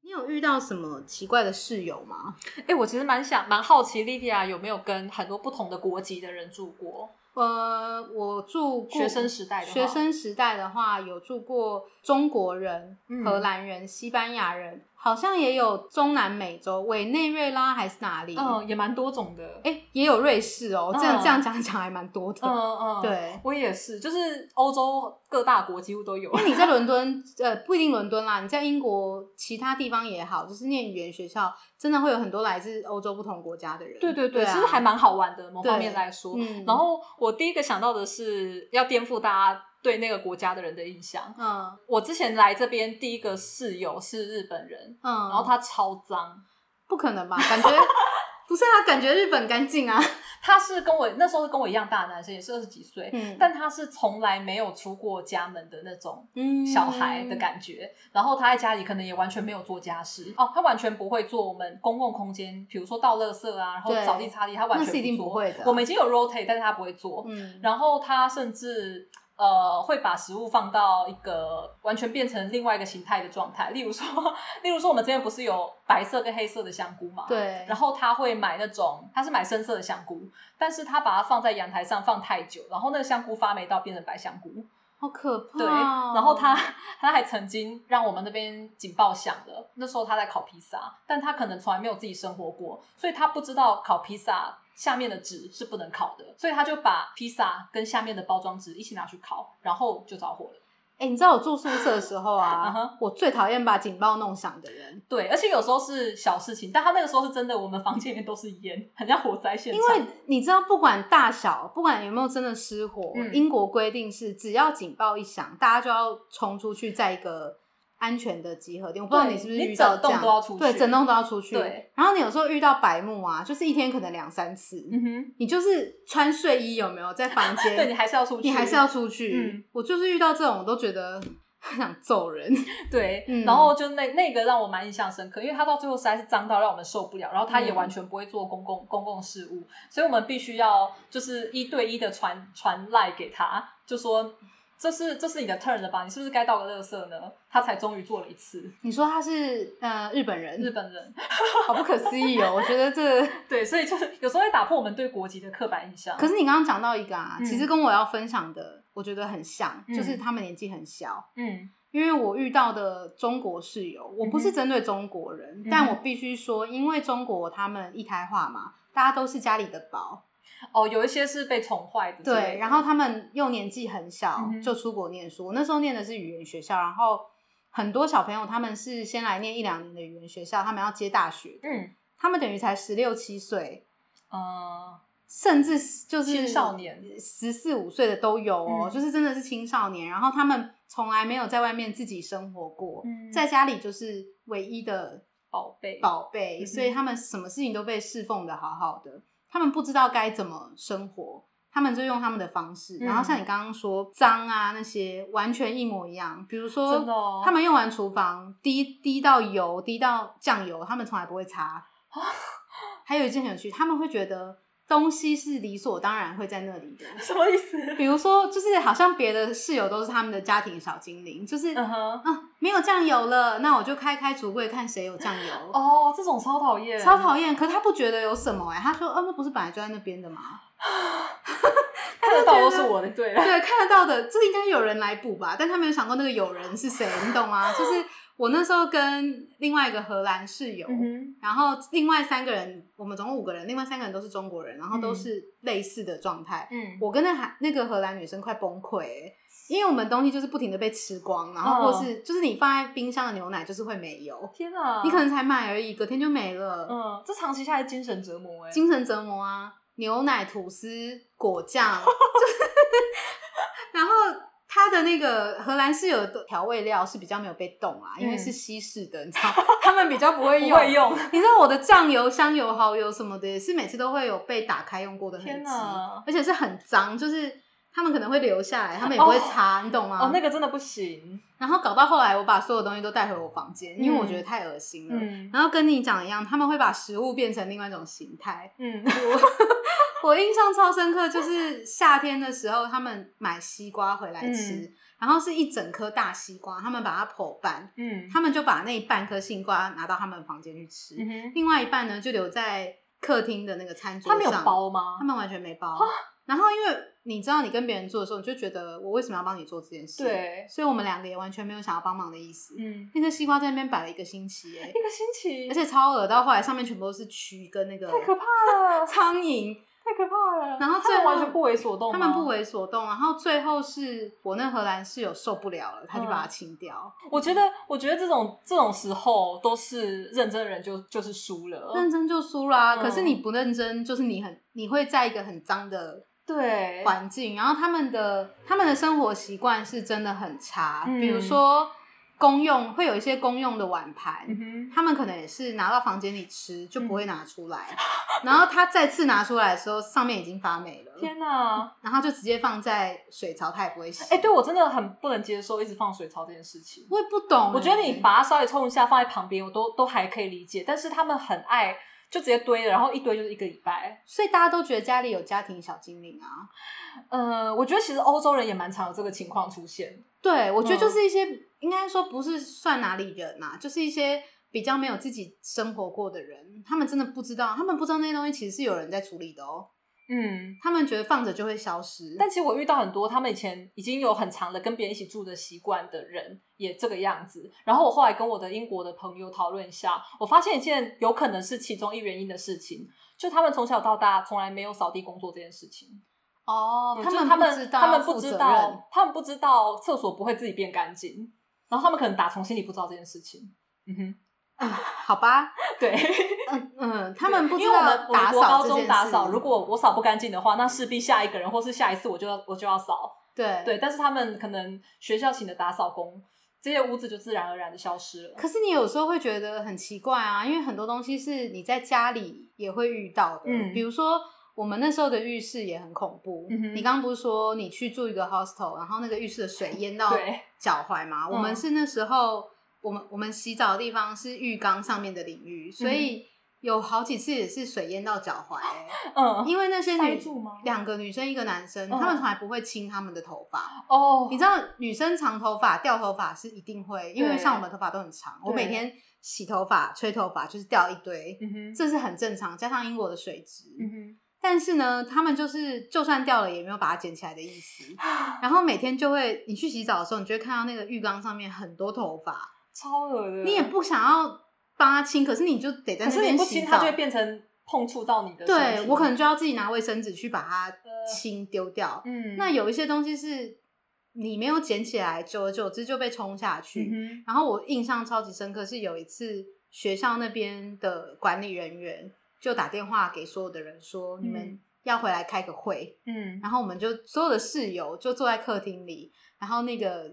Speaker 1: 你有遇到什么奇怪的室友吗？
Speaker 2: 哎、我其实蛮想蛮好奇莉迪亚有没有跟很多不同的国籍的人住过，
Speaker 1: 呃，我住过
Speaker 2: 学生时代的话
Speaker 1: 学生时代的话，有住过中国人、
Speaker 2: 嗯
Speaker 1: 荷兰人、西班牙人，好像也有中南美洲，委内瑞拉还是哪里？
Speaker 2: 嗯，也蛮多种的，
Speaker 1: 哎、也有瑞士哦。这样、
Speaker 2: 嗯
Speaker 1: 这样讲讲还蛮多的。
Speaker 2: 嗯嗯，，
Speaker 1: 对，
Speaker 2: 我也是，就是欧洲各大国几乎都有，
Speaker 1: 那你在伦敦，呃，不一定伦敦啦，你在英国其他地方也好，就是念语言学校，真的会有很多来自欧洲不同国家的人。
Speaker 2: 对对 对，
Speaker 1: 对啊，
Speaker 2: 其实还蛮好玩的，某方面
Speaker 1: 对
Speaker 2: 来说。
Speaker 1: 嗯
Speaker 2: 然后我第一个想到的是要颠覆大家对那个国家的人的印象。
Speaker 1: 嗯
Speaker 2: 我之前来这边第一个室友是日本人，
Speaker 1: 嗯，
Speaker 2: 然后他超脏，
Speaker 1: 不可能吧？感觉 不是啊，感觉日本干净啊。
Speaker 2: 他是跟我那时候是跟我一样大的男生，也是二十几岁，
Speaker 1: 嗯
Speaker 2: 但他是从来没有出过家门的那种。
Speaker 1: 嗯
Speaker 2: 小孩的感觉，然后他在家里可能也完全没有做家事哦，他完全不会做我们公共空间，比如说倒垃圾啊，然后
Speaker 1: 对
Speaker 2: 扫地擦地，他完全
Speaker 1: 那是一定
Speaker 2: 做
Speaker 1: 不会的
Speaker 2: 我们已经有 rotate，但是他不会做，
Speaker 1: 嗯，
Speaker 2: 然后他甚至呃会把食物放到一个完全变成另外一个形态的状态，例如说， 例如说我们这边不是有白色跟黑色的香菇嘛？。
Speaker 1: 对，
Speaker 2: 然后他会买那种，他是买深色的香菇，但是他把它放在阳台上放太久，然后那个香菇发霉到变成白香菇。
Speaker 1: 好可怕、
Speaker 2: 对，
Speaker 1: 哦。
Speaker 2: 然后他他还曾经让我们那边警报响了，那时候他在烤披萨，但他可能从来没有自己生活过，所以他不知道烤披萨下面的纸是不能烤的，所以他就把披萨跟下面的包装纸一起拿去烤，然后就着火了。
Speaker 1: 哎、你知道我住宿舍的时候
Speaker 2: 嗯
Speaker 1: 啊
Speaker 2: 哼，
Speaker 1: 我最讨厌把警报弄响的人，
Speaker 2: 对，而且有时候是小事情，但他那个时候是真的，我们房间里面都是烟，很像火灾现
Speaker 1: 因
Speaker 2: 场。
Speaker 1: 为你知道，不管大小，不管有没有真的失火，
Speaker 2: 嗯
Speaker 1: 英国规定是只要警报一响，大家就要冲出去，在一个。安全的集合点，我不知道
Speaker 2: 对
Speaker 1: 你是不是
Speaker 2: 你
Speaker 1: 遇到
Speaker 2: 整
Speaker 1: 这
Speaker 2: 栋
Speaker 1: 样，
Speaker 2: 都要出去
Speaker 1: 对，整栋都要出去。
Speaker 2: 对，
Speaker 1: 然后你有时候遇到白目啊，就是一天可能两三次，
Speaker 2: 嗯哼，
Speaker 1: 你就是穿睡衣有没有在房间？
Speaker 2: 对你还是要出去，
Speaker 1: 你还是要出去。
Speaker 2: 嗯
Speaker 1: 我就是遇到这种，我都觉得 很想揍人。
Speaker 2: 对，
Speaker 1: 嗯
Speaker 2: 然后就那那个让我蛮印象深刻，因为他到最后实在是脏到让我们受不了，然后他也
Speaker 1: 嗯
Speaker 2: 完全不会做公共公共事务，所以我们必须要就是一对一的传传赖给他，就说这是这是你的 turn 了吧，你是不是该倒个垃圾呢？他才终于做了一次。
Speaker 1: 你说他是呃日本人，
Speaker 2: 日本人
Speaker 1: 好不可思议哦！我觉得这，
Speaker 2: 对，所以就是有时候会打破我们对国籍的刻板印象。
Speaker 1: 可是你刚刚讲到一个啊，
Speaker 2: 嗯
Speaker 1: 其实跟我要分享的，我觉得很像，
Speaker 2: 嗯
Speaker 1: 就是他们年纪很小。
Speaker 2: 嗯
Speaker 1: 因为我遇到的中国室友，我不是针对中国人，
Speaker 2: 嗯哼
Speaker 1: 但我必须说，因为中国他们一胎化嘛，大家都是家里的宝，
Speaker 2: 哦，有一些是被宠坏的之类的。
Speaker 1: 对，然后他们又年纪很小、
Speaker 2: 嗯哼
Speaker 1: 就出国念书，我那时候念的是语言学校，然后很多小朋友他们是先来念一两年的语言学校，他们要接大学，
Speaker 2: 嗯
Speaker 1: 他们等于才十六七岁，
Speaker 2: 呃
Speaker 1: 甚至是就是
Speaker 2: 青少年
Speaker 1: 十四五岁的都有哦，
Speaker 2: 嗯
Speaker 1: 就是真的是青少年，然后他们从来没有在外面自己生活过，
Speaker 2: 嗯
Speaker 1: 在家里就是唯一的
Speaker 2: 宝贝
Speaker 1: 宝贝，
Speaker 2: 嗯哼
Speaker 1: 所以他们什么事情都被侍奉的好好的，他们不知道该怎么生活，他们就用他们的方式。
Speaker 2: 嗯
Speaker 1: 然后像你刚刚说脏啊那些，完全一模一样。比如说，
Speaker 2: 真的哦
Speaker 1: 他们用完厨房滴滴到 油，滴到酱油，他们从来不会擦。还有一件很有趣，他们会觉得东西是理所当然会在那里的。
Speaker 2: 什么意思？
Speaker 1: 比如说，就是好像别的室友都是他们的家庭小精灵，就是
Speaker 2: 嗯哼，
Speaker 1: 啊，没有酱油了，那我就开开橱柜看谁有酱油。
Speaker 2: 哦，这种超讨厌，
Speaker 1: 超讨厌，可他不觉得有什么哎、他说，哦，那不是本来就在那边的吗？
Speaker 2: 看得到都
Speaker 1: 啊
Speaker 2: 是我的，对了，
Speaker 1: 对，看得到的，这应该有人来补吧，但他没有想过那个有人是谁，你懂吗？就是我那时候跟另外一个荷兰室友，
Speaker 2: 嗯哼，
Speaker 1: 然后另外三个人，我们总共五个人，另外三个人都是中国人，然后都是类似的状态。
Speaker 2: 嗯，
Speaker 1: 我跟那韩那个荷兰女生快崩溃欸、因为我们东西就是不停的被吃光，然后
Speaker 2: 嗯
Speaker 1: 或是、就是你放在冰箱的牛奶就是会没油，
Speaker 2: 天哪，
Speaker 1: 你可能才买而已，隔天就没了，
Speaker 2: 嗯，这长期下来精神折磨哎、
Speaker 1: 精神折磨啊！牛奶、吐司、果酱，就是 然后。它的那个荷兰室友的调味料是比较没有被动啊，因为
Speaker 2: 嗯
Speaker 1: 是西式的，你知道，他们比较不会
Speaker 2: 不
Speaker 1: 用，
Speaker 2: 会用，
Speaker 1: 你知道我的酱油、香油、蚝油什么的，也是每次都会有被打开用过的痕
Speaker 2: 天
Speaker 1: 迹
Speaker 2: 哪，
Speaker 1: 而且是很脏，就是他们可能会留下来，他们也不会擦，你懂吗？
Speaker 2: 哦，那个真的不行，
Speaker 1: 然后搞到后来，我把所有东西都带回我房间，因为我觉得太恶心了。
Speaker 2: 嗯
Speaker 1: 然后跟你讲一样，他们会把食物变成另外一种形态。
Speaker 2: 嗯，
Speaker 1: 我印象超深刻，就是夏天的时候，他们买西瓜回来吃，
Speaker 2: 嗯
Speaker 1: 然后是一整颗大西瓜，他们把它剖半，
Speaker 2: 嗯，
Speaker 1: 他们就把那半颗西瓜拿到他们房间去吃。
Speaker 2: 嗯哼，
Speaker 1: 另外一半呢就留在客厅的那个餐桌
Speaker 2: 他
Speaker 1: 上。
Speaker 2: 们有包啊
Speaker 1: 他
Speaker 2: 吗？
Speaker 1: 们完全没包。然后因为你知道你跟别人做的时候，你就觉得我为什么要帮你做这件事？，
Speaker 2: 对，
Speaker 1: 所以我们两个也完全没有想要帮忙的意思。
Speaker 2: 嗯，
Speaker 1: 那个西瓜在那边摆了一个星期、欸，
Speaker 2: 一个星期，
Speaker 1: 而且超恶，到后来上面全部都是蛆跟那个
Speaker 2: 太可怕了，
Speaker 1: 苍蝇，
Speaker 2: 太可怕了。
Speaker 1: 然后
Speaker 2: 他
Speaker 1: 最
Speaker 2: 们
Speaker 1: 后
Speaker 2: 完全不为所动吗，
Speaker 1: 他们不为所动。然后最后是我那荷兰室友受不了了，他就
Speaker 2: 嗯
Speaker 1: 把它清掉。
Speaker 2: 我觉得，我觉得这种这种时候都是认真的人就就是输了。
Speaker 1: 认真就输啦、
Speaker 2: 哦嗯
Speaker 1: 可是你不认真，就是你很你会在一个很脏的
Speaker 2: 对，
Speaker 1: 环境，然后他们的他们的生活习惯是真的很差，
Speaker 2: 嗯
Speaker 1: 比如说公用会有一些公用的碗盘。
Speaker 2: 嗯哼，
Speaker 1: 他们可能也是拿到房间里吃，就
Speaker 2: 嗯
Speaker 1: 不会拿出来。然后他再次拿出来的时候，上面已经发霉了，
Speaker 2: 天哪！
Speaker 1: 然后就直接放在水槽，他也不会洗。
Speaker 2: 哎、对我真的很不能接受一直放水槽这件事情。
Speaker 1: 我也不懂欸、
Speaker 2: 我觉得你把它稍微冲一下放在旁边，我都都还可以理解。但是他们很爱就直接堆了，然后一堆就是一个礼拜。
Speaker 1: 所以大家都觉得家里有家庭小精灵啊。
Speaker 2: 呃，我觉得其实欧洲人也蛮常有这个情况出现。
Speaker 1: 对，我觉得
Speaker 2: 嗯
Speaker 1: 就是一些、应该说不是算哪里人呐、就是一些比较没有自己生活过的人，他们真的不知道，他们不知道那些东西其实是有人在处理的哦，
Speaker 2: 嗯，
Speaker 1: 他们觉得放着就会消失。
Speaker 2: 但其实我遇到很多他们以前已经有很长的跟别人一起住的习惯的人，也这个样子。然后我后来跟我的英国的朋友讨论一下，我发现一件有可能是其中一原因的事情，就他们从小到大从来没有扫地工作这件事情。
Speaker 1: 哦，
Speaker 2: 就
Speaker 1: 他
Speaker 2: 是
Speaker 1: 们
Speaker 2: 他
Speaker 1: 不知
Speaker 2: 们
Speaker 1: 道
Speaker 2: 他们
Speaker 1: 要
Speaker 2: 不
Speaker 1: 负
Speaker 2: 知
Speaker 1: 责任
Speaker 2: 道，他们不知道厕所不会自己变干净，然后他们可能打从心里不知道这件事情。嗯哼，
Speaker 1: 好吧？
Speaker 2: 对，
Speaker 1: 嗯嗯，他们不知
Speaker 2: 因为我
Speaker 1: 道
Speaker 2: 们我
Speaker 1: 打
Speaker 2: 们国
Speaker 1: 扫
Speaker 2: 高
Speaker 1: 这件
Speaker 2: 中
Speaker 1: 事。
Speaker 2: 打扫，如果我扫不干净的话，那势必下一个人或是下一次我就要我就要扫。
Speaker 1: 对。
Speaker 2: 对，但是他们可能学校请的打扫工，这些屋子就自然而然的消失了。
Speaker 1: 可是你有时候会觉得很奇怪啊，因为很多东西是你在家里也会遇到的，
Speaker 2: 嗯
Speaker 1: 比如说我们那时候的浴室也很恐怖。
Speaker 2: 嗯哼
Speaker 1: 你刚刚不是说你去住一个 hostel，然后那个浴室的水淹到
Speaker 2: 对，
Speaker 1: 脚踝嘛，我们
Speaker 2: 嗯
Speaker 1: 是那时候我们我们洗澡的地方是浴缸上面的淋浴，所以有好几次也是水淹到脚 踝欸、
Speaker 2: 嗯，
Speaker 1: 因为那些
Speaker 2: 塞
Speaker 1: 女
Speaker 2: 住吗？
Speaker 1: 两个女生一个男生，
Speaker 2: 嗯
Speaker 1: 他们从来不会亲他们的头发。
Speaker 2: 哦
Speaker 1: 你，知道女生长头发掉头发是一定会，因为
Speaker 2: 对
Speaker 1: 像我们头发都很长，我每
Speaker 2: 对
Speaker 1: 天洗头发、吹头发就是掉一堆，
Speaker 2: 嗯哼，
Speaker 1: 这是很正常。加上英国的水质，
Speaker 2: 嗯
Speaker 1: 但是呢，他们就是就算掉了也没有把它捡起来的意 思。
Speaker 2: 哼，
Speaker 1: 然后每天就会，你去洗澡的时候，你就会看到那个浴缸上面很多头发，
Speaker 2: 超恶的。
Speaker 1: 你也，不想要帮它清，可是你就得在
Speaker 2: 可
Speaker 1: 那
Speaker 2: 是
Speaker 1: 边
Speaker 2: 你不
Speaker 1: 洗
Speaker 2: 亲它
Speaker 1: 澡
Speaker 2: 就。会变成碰触到你的身体。
Speaker 1: 对我可能就要自己拿卫生纸去把它
Speaker 2: 呃
Speaker 1: 清丢掉。
Speaker 2: 嗯，
Speaker 1: 那有一些东西是你没有捡起来，久而久之就被冲下去。
Speaker 2: 嗯
Speaker 1: 然后我印象超级深刻是有一次学校那边的管理人员就打电话给所有的人说，你们
Speaker 2: 嗯
Speaker 1: 要回来开个会。
Speaker 2: 哼，嗯，
Speaker 1: 然后我们就所有的室友就坐在客厅里，然后那个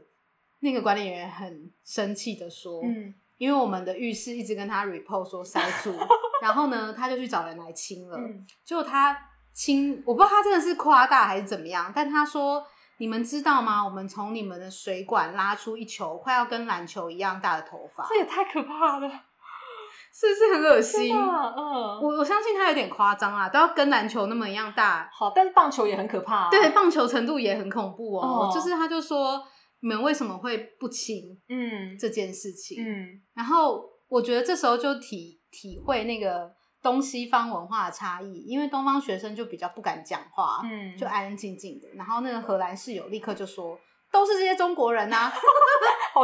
Speaker 1: 那个管理员很生气的说，
Speaker 2: 嗯，
Speaker 1: 因为我们的浴室一直跟他 report 说塞 住，然后呢，他就去找人来清了，
Speaker 2: 嗯，
Speaker 1: 结果他清，我不知道他真的是夸大还是怎么样，但他说。你们知道吗？我们从你们的
Speaker 2: 哦
Speaker 1: 水管拉出一球快要跟篮球一样大的头发，
Speaker 2: 这也太可怕了。
Speaker 1: 是不是很恶心
Speaker 2: 真？的嗯，
Speaker 1: 我我相信它有点夸张啊，都要跟篮球那么一样大。
Speaker 2: 好，但是棒球也很可怕、啊。
Speaker 1: 对，，棒球程度也很恐怖哦。
Speaker 2: 哦
Speaker 1: 就是他就说你们为什么会不亲
Speaker 2: 嗯
Speaker 1: 这件事情？
Speaker 2: 嗯
Speaker 1: 然后我觉得这时候就体体会那个东西方文化的差异，因为东方学生就比较不敢讲话，
Speaker 2: 嗯，
Speaker 1: 就安安静静的。然后那个荷兰室友立刻就说：“都是这些中国人呐、啊
Speaker 2: 好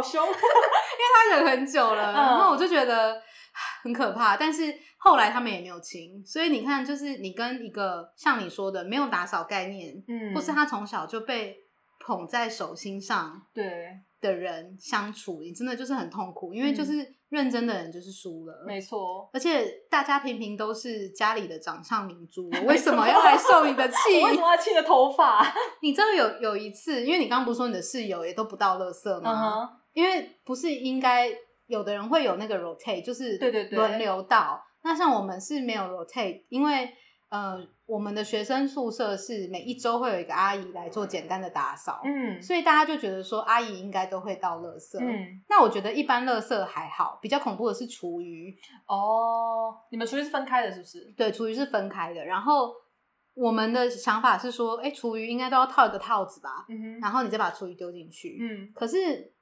Speaker 2: 凶。
Speaker 1: 他忍很久了，
Speaker 2: 嗯
Speaker 1: 然后我就觉得唉很可怕。但是后来他们也没有亲，所以你看，就是你跟一个像你说的没有打扫概念，
Speaker 2: 嗯，
Speaker 1: 或是他从小就被捧在手心上
Speaker 2: 对，
Speaker 1: 的人相处，你真的就是很痛苦，因为就是认真的人就是输了。
Speaker 2: 嗯没错。
Speaker 1: 而且大家平平都是家里的掌上明 珠，我为什么要来受你的气？
Speaker 2: 我为什么要剃个头发？
Speaker 1: 你知道有有一次，因为你刚刚不是说你的室友也都不到垃圾吗？
Speaker 2: 嗯哼，
Speaker 1: 因为不是应该有的人会有那个 rotate，就是
Speaker 2: 对对对
Speaker 1: 轮流到。那像我们是没有 rotate，因为呃，我们的学生宿舍是每一周会有一个阿姨来做简单的打扫，
Speaker 2: 嗯
Speaker 1: 所以大家就觉得说阿姨应该都会倒垃圾。
Speaker 2: 嗯，
Speaker 1: 那我觉得一般垃圾还好，比较恐怖的是厨余，
Speaker 2: 哦，你们出去是分开的，是不是？
Speaker 1: 对，厨余是分开的。然后我们的想法是说，哎，厨余应该都要套一个套子吧，
Speaker 2: 嗯哼，
Speaker 1: 然后你再把厨余丢进去。
Speaker 2: 嗯，
Speaker 1: 可是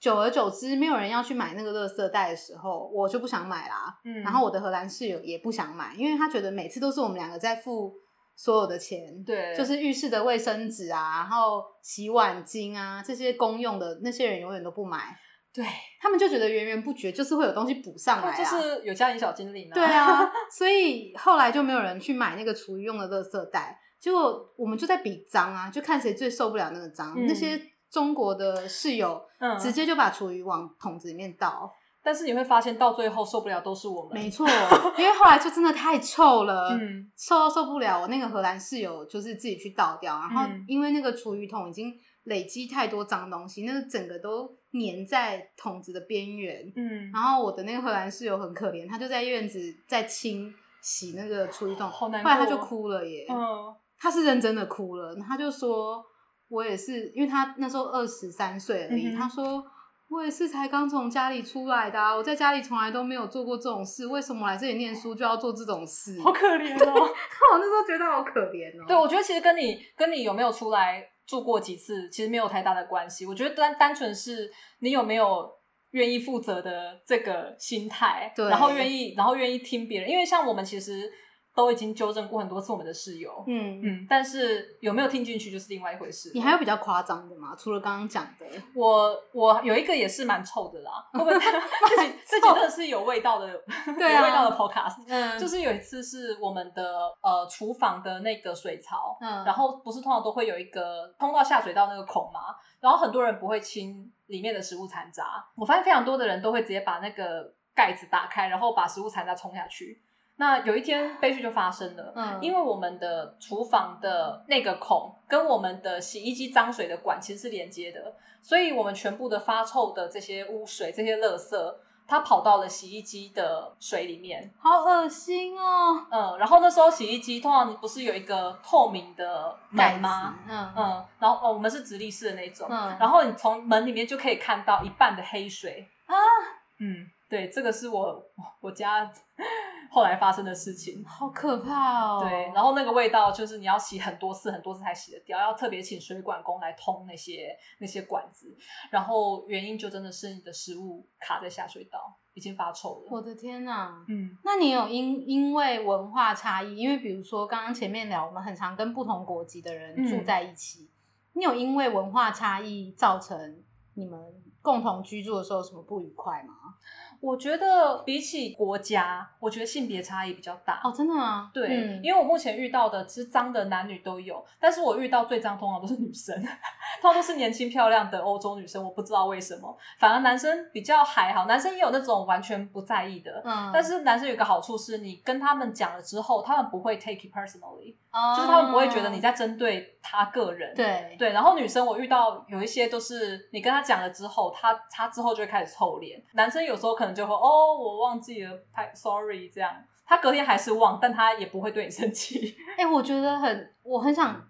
Speaker 1: 久而久之，没有人要去买那个垃圾袋的时候，我就不想买啦。
Speaker 2: 嗯
Speaker 1: 然后我的荷兰室友也不想买，因为他觉得每次都是我们两个在付所有的钱，，
Speaker 2: 对，
Speaker 1: 就是浴室的卫生纸啊，然后洗碗巾啊这些公用的，那些人永远都不买，
Speaker 2: 对，
Speaker 1: 他们就觉得源源不绝，就是会有东西补上来啊。
Speaker 2: 就是有家庭小精灵啊。
Speaker 1: 对， 啊，所以后来就没有人去买那个厨余用的垃圾袋，结果我们就在比脏啊，就看谁最受不了那个脏。
Speaker 2: 嗯
Speaker 1: 那些中国的室友
Speaker 2: 嗯，
Speaker 1: 直接就把厨余往桶子里面倒，
Speaker 2: 但是你会发现到最后受不了都是我们。
Speaker 1: 没错，因为后来就真的太臭了。
Speaker 2: 嗯，
Speaker 1: 臭到受不了，我那个荷兰室友就是自己去倒掉，然后
Speaker 2: 嗯
Speaker 1: 因为那个厨余桶已经累积太多脏东西，那个整个都粘在桶子的边缘，
Speaker 2: 嗯，
Speaker 1: 然后我的那个荷兰室友很可怜，他就在院子在清洗那个厨余桶，
Speaker 2: 好难
Speaker 1: 后
Speaker 2: 过哦
Speaker 1: 来他就哭了耶，
Speaker 2: 嗯，
Speaker 1: 他是认真的哭了，他就说，我也是，因为他那时候二十三岁而已，
Speaker 2: 嗯哼
Speaker 1: 他说。我也是才刚从家里出来的、啊，我在家里从来都没有做过这种事，为什么来这里念书就要做这种事？
Speaker 2: 好可怜哦。
Speaker 1: 我那时候觉得好可怜哦。
Speaker 2: 对，我觉得其实跟你跟你有没有出来住过几次，其实没有太大的关系。我觉得单单纯是你有没有。愿意负责的这个心态，
Speaker 1: 对
Speaker 2: 然后愿意，然后愿意听别人，因为像我们其实都已经纠正过很多次我们的室友，
Speaker 1: 嗯，
Speaker 2: 嗯，但是有没有听进去就是另外一回事。
Speaker 1: 你还有比较夸张的吗？除了刚刚讲的，
Speaker 2: 我我有一个也是蛮臭的啦，会不 会自己自己真的是有味道的，
Speaker 1: 对啊
Speaker 2: 有味道的 podcast。
Speaker 1: 嗯
Speaker 2: 就是是有一次是我们的呃厨房的那个水槽，
Speaker 1: 嗯，
Speaker 2: 然后不是通常都会有一个通到下水道那个孔嘛，然后很多人不会清里面的食物残渣，我发现非常多的人都会直接把那个盖子打开，然后把食物残渣冲下去。那有一天悲剧就发生了，
Speaker 1: 嗯，
Speaker 2: 因
Speaker 1: 为
Speaker 2: 为我们的厨房的那个孔跟我们的洗衣机脏水的管其实是连接的，所以我们全部的发臭的这些污水、这些垃圾，它跑到了洗衣机的水里面。
Speaker 1: 好恶心哦，
Speaker 2: 嗯，然后那时候洗衣机通常你不是有一个透明的
Speaker 1: 盖
Speaker 2: 门
Speaker 1: 子
Speaker 2: 吗？？
Speaker 1: 嗯嗯
Speaker 2: 嗯，然后哦，我们是直立式的那种，
Speaker 1: 嗯
Speaker 2: 然后你从门里面就可以看到一半的黑水
Speaker 1: 啊。
Speaker 2: 嗯，对，这个是我我家后来发生的事情。
Speaker 1: 好可怕哦。
Speaker 2: 对，然后那个味道就是你要洗很多次、很多次才洗得掉，要特别请水管工来通那些那些管子。然后原因就真的是你的食物卡在下水道，已经发臭
Speaker 1: 我
Speaker 2: 了。
Speaker 1: 的天哪！
Speaker 2: 嗯
Speaker 1: 那你有因因为文化差异，因为比如说刚刚前面聊，我们很常跟不同国籍的人
Speaker 2: 嗯
Speaker 1: 住在一起，你有因为文化差异造成你们共同居住的时候有什么不愉快吗？
Speaker 2: 我觉得比起国家，我觉得性别差异比较大。
Speaker 1: 哦，真的吗？
Speaker 2: 对，
Speaker 1: 嗯、
Speaker 2: 因为我目前遇到的是脏的男女都有，但是我遇到最脏通常都是女生， 通常都是年轻漂亮的欧洲女生，我不知道为什么，反而男生比较还好，男生也有那种完全不在意的，
Speaker 1: 嗯，
Speaker 2: 但是男生有一个好处是，你跟他们讲了之后，他们不会 take it personally，、
Speaker 1: 哦
Speaker 2: 就是他们不会觉得你在针对他个人。
Speaker 1: 对
Speaker 2: 对，然后女生我遇到有一些都是你跟他讲了之后，他他之后就会开始臭脸。男生有时候可能就会哦，我忘记了，拍 sorry 这样。他隔天还是忘，但他也不会对你生气。
Speaker 1: 哎、我觉得很，我很想，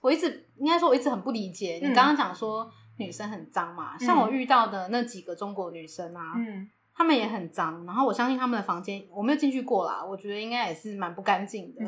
Speaker 1: 我一直应该说，我一直很不理解、你
Speaker 2: 嗯
Speaker 1: 刚刚讲说女生很脏嘛，像
Speaker 2: 嗯
Speaker 1: 我遇到的那几个中国女生啊，
Speaker 2: 嗯
Speaker 1: 他们也很脏，然后我相信他们的房间我没有进去过啦，我觉得应该也是蛮不干净的。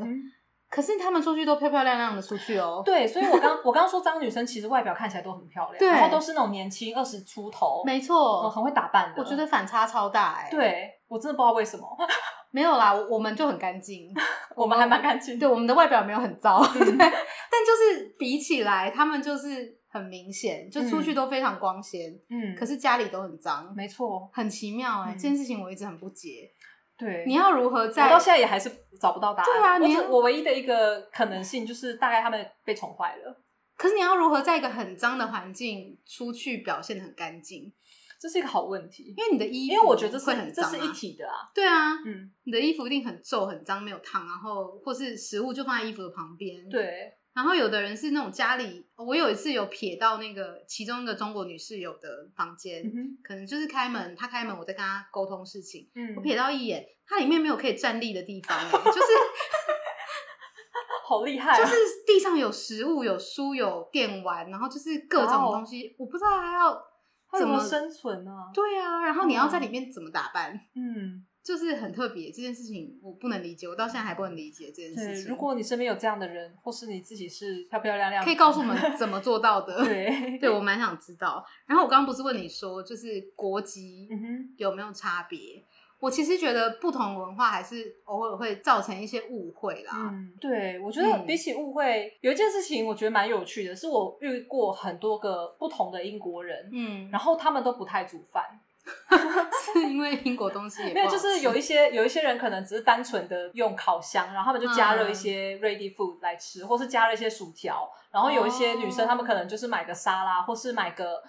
Speaker 1: 可是他们出去都漂漂亮亮的出去哦，
Speaker 2: 嗯对，所以我刚我刚刚说脏女生其实外表看起来都很漂亮，
Speaker 1: 对
Speaker 2: 然后都是那种年轻二十出头，
Speaker 1: 没
Speaker 2: 嗯，
Speaker 1: 错，
Speaker 2: 很会打扮的。
Speaker 1: 我觉得反差超大哎、，
Speaker 2: 对我真的不知道为什么，
Speaker 1: 没有啦，我我们就很干净，
Speaker 2: 我们还蛮干净的。
Speaker 1: 对，我们的外表没有很糟，
Speaker 2: 嗯
Speaker 1: 对，但就是比起来，他们就是很明显，就出去都非常光鲜，
Speaker 2: 嗯，
Speaker 1: 可是家里都很脏，
Speaker 2: 没错，
Speaker 1: 很奇妙哎、
Speaker 2: 嗯
Speaker 1: 这件事情我一直很不解，
Speaker 2: 对，
Speaker 1: 你要如何
Speaker 2: 我
Speaker 1: 在
Speaker 2: 到现在也还是找不到答案。
Speaker 1: 对啊
Speaker 2: 我
Speaker 1: 你
Speaker 2: 只
Speaker 1: 要
Speaker 2: 我唯一的一个可能性就是大概他们被宠坏了。
Speaker 1: 可是你要如何在一个很脏的环境出去表现的很干净？
Speaker 2: 这是一个好问题，
Speaker 1: 因为你的衣服
Speaker 2: 因为我觉得这
Speaker 1: 会很
Speaker 2: 是这
Speaker 1: 脏、啊，
Speaker 2: 是一体的啊。
Speaker 1: 对啊，
Speaker 2: 嗯，
Speaker 1: 你的衣服一定很皱、很脏，没有烫，然后或是食物就放在衣服的旁边。，
Speaker 2: 对，
Speaker 1: 然后有的人是那种家里，我有一次有瞥到那个其中一个中国女室友的房间，
Speaker 2: 嗯
Speaker 1: 可能就是开门，她开门，我在跟她沟通事情，
Speaker 2: 哼，
Speaker 1: 我
Speaker 2: 嗯，
Speaker 1: 瞥到一眼，它里面没有可以站立的地方、 欸，就是
Speaker 2: 好厉害啊！
Speaker 1: 就是地上有食物、有书、有电玩，然后就是各
Speaker 2: 哇
Speaker 1: 种
Speaker 2: 哦
Speaker 1: 东西，我不知道还要
Speaker 2: 他
Speaker 1: 怎
Speaker 2: 怎么
Speaker 1: 么
Speaker 2: 生存呢、啊？
Speaker 1: 对啊，然后你要在
Speaker 2: 嗯
Speaker 1: 里面怎么打扮？
Speaker 2: 嗯，
Speaker 1: 就是很特别这件事情，我不能理解，我到现在还不能理解这件事
Speaker 2: 对。
Speaker 1: 情。
Speaker 2: 如果你身边有这样的人，或是你自己是漂漂亮亮，
Speaker 1: 可以告诉我们怎么做到的？
Speaker 2: 对，
Speaker 1: 对我蛮想知道。然后我刚刚不是问你说，就是国籍
Speaker 2: 嗯哼，
Speaker 1: 有没有差别？我其实觉得不同文化还是偶尔会造成一些误会啦。
Speaker 2: 嗯，对，我觉得
Speaker 1: 啊嗯
Speaker 2: 比起误会，有一件事情我觉得蛮有趣的，是我遇过很多个不同的英国人，
Speaker 1: 嗯，
Speaker 2: 然后他们都不太煮饭，
Speaker 1: 是因为英国东西也
Speaker 2: 没有，
Speaker 1: 不好
Speaker 2: 就是
Speaker 1: 吃
Speaker 2: 有一些有一些人可能只是单纯的用烤箱，然后他们就
Speaker 1: 嗯
Speaker 2: 加热一些 ready food 来吃，或是加热一些薯条。然后有一些女生，
Speaker 1: 哦
Speaker 2: 她们可能就是买个沙拉，或是买个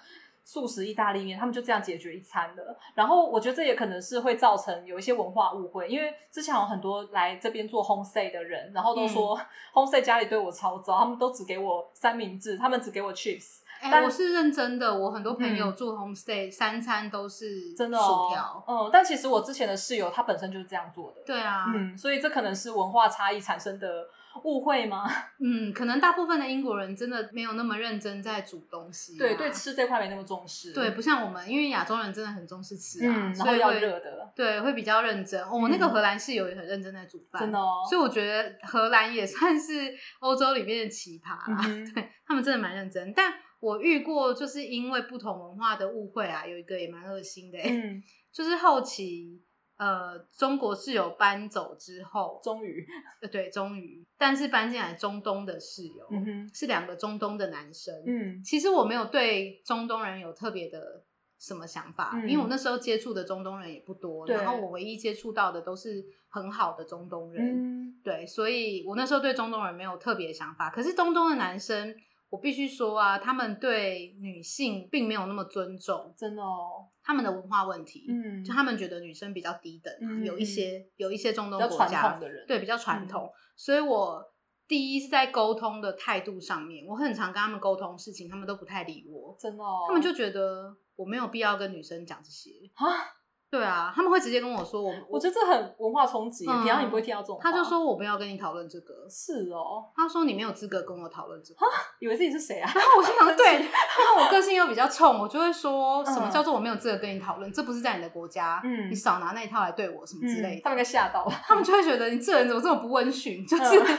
Speaker 2: 素食意大利面，她们就这样解决一餐了。然后我觉得这也可能是会造成有一些文化误会，因为之前有很多来这边做 home stay 的人，然后都说
Speaker 1: 嗯
Speaker 2: home stay 家里对我超糟，他们都只给我三明治，他们只给我 chips，
Speaker 1: 哎、
Speaker 2: 但
Speaker 1: 我是认真的，我很多朋友住 homestay，、三餐都是
Speaker 2: 嗯真的
Speaker 1: 薯
Speaker 2: 哦
Speaker 1: 条。。
Speaker 2: 嗯，但其实我之前的室友她本身就是这样做的。
Speaker 1: 对啊，
Speaker 2: 嗯，所以这可能是文化差异产生的误会吗？
Speaker 1: 嗯，可能大部分的英国人真的没有那么认真在煮东西、
Speaker 2: 对对，，吃这块没那么重视。
Speaker 1: 啊对，不像我们，因为亚洲人真的很重视吃啊，
Speaker 2: 嗯，然
Speaker 1: 所
Speaker 2: 后
Speaker 1: 以
Speaker 2: 要
Speaker 1: 会
Speaker 2: 热的，
Speaker 1: 对会比较认真。哦我、那个
Speaker 2: 嗯
Speaker 1: 荷兰室友也很认真在煮饭，
Speaker 2: 真的哦。
Speaker 1: 所以我觉得荷兰也算是欧洲里面的奇葩
Speaker 2: 嗯
Speaker 1: 啦，
Speaker 2: 哼
Speaker 1: 他们真的蛮认真。但我遇过就是因为不同文化的误会啊，有一个也蛮恶心的、欸，
Speaker 2: 嗯，
Speaker 1: 就是后期。呃，中国室友搬走之后，
Speaker 2: 终于，
Speaker 1: 呃，对，终于，但是搬进来中东的室友、
Speaker 2: 嗯哼，
Speaker 1: 是两个中东的男生，
Speaker 2: 嗯
Speaker 1: 其实我没有对中东人有特别的什么想法，
Speaker 2: 嗯
Speaker 1: 因为我那时候接触的中东人也不多，
Speaker 2: 对
Speaker 1: 然后我唯一接触到的都是很好的中东人，
Speaker 2: 嗯，
Speaker 1: 对，所以我那时候对中东人没有特别的想法。可是中东的男生，我必须说啊，他们对女性并没有那么尊重，
Speaker 2: 真的哦，
Speaker 1: 他们的文化问题，
Speaker 2: 嗯，
Speaker 1: 就他们觉得女生比较低等啊，
Speaker 2: 嗯
Speaker 1: 有一些有一些中
Speaker 2: 比
Speaker 1: 东
Speaker 2: 较
Speaker 1: 国
Speaker 2: 传
Speaker 1: 家
Speaker 2: 统的嗯人，
Speaker 1: 对，比较传统，所以我第一是在沟通的态度上面，我很常跟他们沟通事情，他们都不太理我，
Speaker 2: 真的哦，
Speaker 1: 他们就觉得我没有必要跟女生讲这些。
Speaker 2: 啊，
Speaker 1: 对啊，他们会直接跟我说我，
Speaker 2: 我觉得这很文化冲击，
Speaker 1: 嗯
Speaker 2: 平常你不会听到这种话，
Speaker 1: 他就说我不要跟你讨论这个，
Speaker 2: 是哦，
Speaker 1: 他说你没有资格跟我讨论这个。
Speaker 2: 以为自己 是谁啊？
Speaker 1: 然后我心 想，对，因为我个性又比较冲，我就会说什么
Speaker 2: 嗯
Speaker 1: 叫做我没有资格跟你讨论，这不是在你的国家，
Speaker 2: 嗯
Speaker 1: 你少拿那一套来对我什么之类的。
Speaker 2: 他们应该吓 到了，
Speaker 1: 他们就会觉得你这人怎么这么不温驯， 就是
Speaker 2: 嗯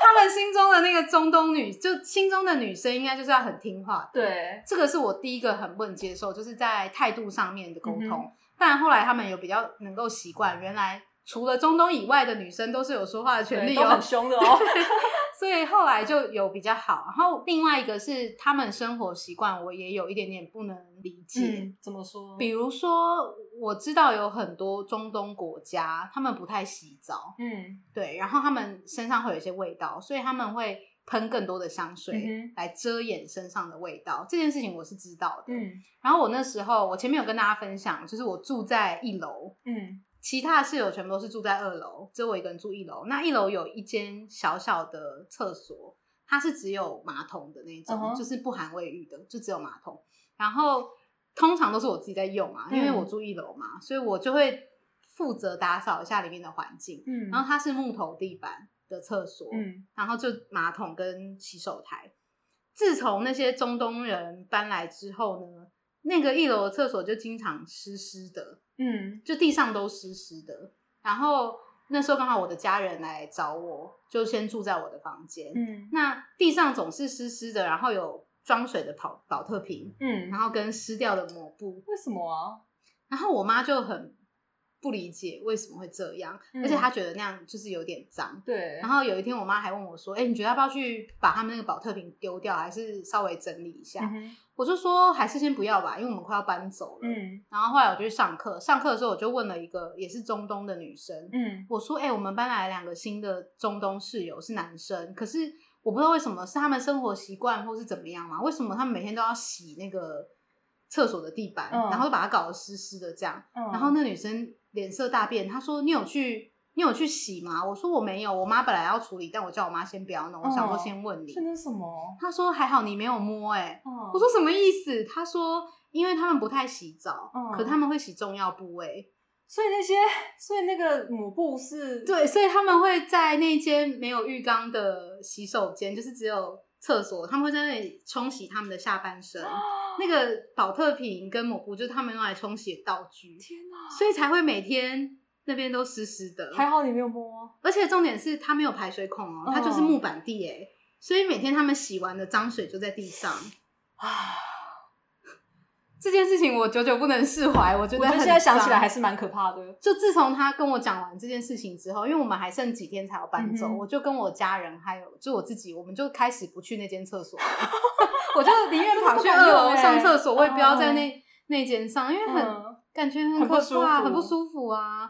Speaker 1: 他们心中的那个中东女，就心中的女生应该就是要很听话。，
Speaker 2: 对，
Speaker 1: 这个是我第一个很不能接受，就是在态度上面的沟
Speaker 2: 嗯
Speaker 1: 通
Speaker 2: 哼。
Speaker 1: 但后来他们有比较能够习惯，原来除了中东以外的女生都是有说话的权
Speaker 2: 对
Speaker 1: 利
Speaker 2: 都
Speaker 1: 哦
Speaker 2: 很，凶 的哦，
Speaker 1: 所以后来就有比较好。然后另外一个是他们生活习惯，我也有一点点不能理解。
Speaker 2: 嗯，怎么说？
Speaker 1: 比如说，我知道有很多中东国家，他们不太洗澡，
Speaker 2: 嗯
Speaker 1: 对，然后他们身上会有一些味道，所以他们会喷更多的香水
Speaker 2: 嗯哼
Speaker 1: 来遮掩身上的味道。这件事情我是知道的。
Speaker 2: 嗯
Speaker 1: 然后我那时候，我前面有跟大家分享，就是我住在一楼，
Speaker 2: 嗯
Speaker 1: 其他的室友全部都是住在二楼，只有我一个人住一楼。那一楼有一间小小的厕所，它是只有马桶的那种
Speaker 2: 嗯哼
Speaker 1: 就是不含卫浴的，就只有马桶。然后通常都是我自己在用啊，因为
Speaker 2: 嗯
Speaker 1: 我住一楼嘛，所以我就会负责打扫一下里面的环境。
Speaker 2: 嗯，
Speaker 1: 然后它是木头地板的厕所，
Speaker 2: 嗯
Speaker 1: 然后就马桶跟洗手台。自从那些中东人搬来之后呢，那个一楼的厕所就经常湿湿的，
Speaker 2: 嗯
Speaker 1: 就地上都湿湿的。然后那时候刚好我的家人来找我，就先住在我的房间。
Speaker 2: 嗯
Speaker 1: 那地上总是湿湿的，然后有装水的保保特瓶，
Speaker 2: 嗯
Speaker 1: 然，后跟湿掉的抹布。
Speaker 2: 为什么啊？
Speaker 1: 然后我妈就很不理解为什么会这样，
Speaker 2: 嗯
Speaker 1: 而且她觉得那样就是有点脏。
Speaker 2: 对，
Speaker 1: 然后有一天，我妈还问我说：“哎、你觉得要不要去把他们那个保特瓶丢掉，还是稍微整理一下？”
Speaker 2: 嗯哼
Speaker 1: 我就说：“还是先不要吧，因为我们快要搬走了。”
Speaker 2: 嗯
Speaker 1: 然后后来我就去上课，上课的时候我就问了一个也是中东的女生，
Speaker 2: 嗯
Speaker 1: 我说：“哎、我们搬来两个新的中东室友是男生，可是我不知道为什么是他们生活习惯或是怎么样嘛？为什么他们每天都要洗那个厕所的地板，
Speaker 2: 嗯
Speaker 1: 然后把它搞得湿湿的这样？”
Speaker 2: 嗯，
Speaker 1: 然后那女生脸色大变，她说：“你有去，你有去洗吗？”我说：“我没有，我妈本来要处理，但我叫我妈先不要弄，我想说
Speaker 2: 哦
Speaker 1: 先问你。
Speaker 2: 是那什么？
Speaker 1: 她说：“还好你没有摸、欸。”哎，
Speaker 2: 嗯，
Speaker 1: 我说什么意思？她说：“因为他们不太洗澡，
Speaker 2: 嗯
Speaker 1: 可他们会洗重要部位，
Speaker 2: 所以那些，所以那个抹布是，
Speaker 1: 对，所以他们会在那间没有浴缸的洗手间，就是只有厕所，他们会在那里冲洗他们的下半身。
Speaker 2: 啊
Speaker 1: 那个保特瓶跟抹布就是他们用来冲洗的道具，
Speaker 2: 天哪！
Speaker 1: 所以才会每天那边都湿湿的。
Speaker 2: 还好你没有摸，
Speaker 1: 而且重点是它没有排水孔哦，它就是木板地哎、所以每天他们洗完的脏水就在地上。
Speaker 2: 啊
Speaker 1: 这件事情我久久不能释怀，我觉
Speaker 2: 我
Speaker 1: 得
Speaker 2: 觉得
Speaker 1: 很
Speaker 2: 现在想起来
Speaker 1: 脏
Speaker 2: 还是蛮可怕 的。
Speaker 1: 就自从他跟我讲完这件事情之后，因为我们还剩几天才要搬走，
Speaker 2: 嗯哼
Speaker 1: 我就跟我家人还有就我自己，我们就开始不去那间厕 所了，
Speaker 2: 我就宁愿
Speaker 1: 跑去二楼上厕所，我也不要在那、
Speaker 2: 欸嗯
Speaker 1: 那间上，因为很、
Speaker 2: 嗯
Speaker 1: 感觉很
Speaker 2: 很不
Speaker 1: 可
Speaker 2: 舒
Speaker 1: 怕，
Speaker 2: 服
Speaker 1: 很不舒服啊。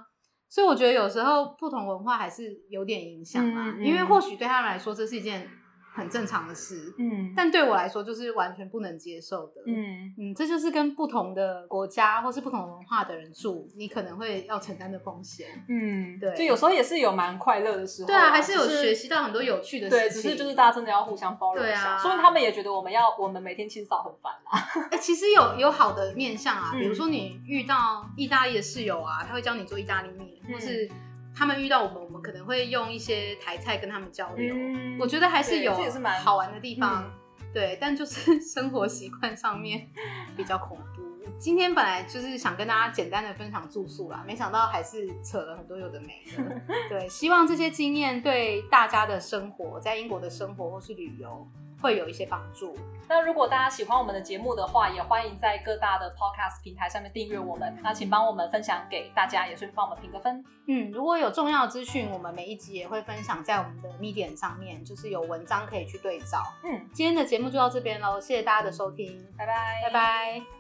Speaker 1: 所以我觉得有时候不同文化还是有点影响啊，
Speaker 2: 嗯嗯
Speaker 1: 因为或许对他们来说这是一件很正常的事，
Speaker 2: 嗯
Speaker 1: 但对我来说就是完全不能接受的。
Speaker 2: 嗯，
Speaker 1: 嗯，这就是跟不同的国家或是不同文化的人住，你可能会要承担的风险。
Speaker 2: 嗯，
Speaker 1: 对
Speaker 2: 就有时候也是有蛮快乐的时候啊，
Speaker 1: 对啊，还是有
Speaker 2: 只
Speaker 1: 学习到很多有趣的
Speaker 2: 对，
Speaker 1: 事情。
Speaker 2: 只是就是大家真的要互相包容一
Speaker 1: 对
Speaker 2: 下，
Speaker 1: 啊
Speaker 2: 说明他们也觉得我们要我们每天清扫很烦啊。
Speaker 1: 哎、其实有有好的面向啊，
Speaker 2: 嗯
Speaker 1: 比如说你遇到意大利的室友啊，他会教你做意大利面，
Speaker 2: 嗯
Speaker 1: 或是他们遇到我们，我们可能会用一些台菜跟他们交流。
Speaker 2: 嗯
Speaker 1: 我觉得还是有
Speaker 2: 对这也是蛮嗯
Speaker 1: 好玩的地方， 对，但就是 生活习惯上面比较恐怖。今天本来就是想跟大家简单的分享住宿啦，没想到还是扯了很多有的没的。对，希望这些经验对大家的生活，在英国的生活或是旅游会有一些帮助。
Speaker 2: 那如果大家喜欢我们的节目的话，也欢迎在各大的 podcast 平台上面订阅我们。那请帮我们分享给大家，也顺便帮我们评个分。
Speaker 1: 嗯，如果有重要资讯，我们每一集也会分享在我们的 Medium 上面，就是有文章可以去对照。
Speaker 2: 嗯，
Speaker 1: 今天的节目就到这边喽，谢谢大家的收听，
Speaker 2: 拜拜，
Speaker 1: 拜。拜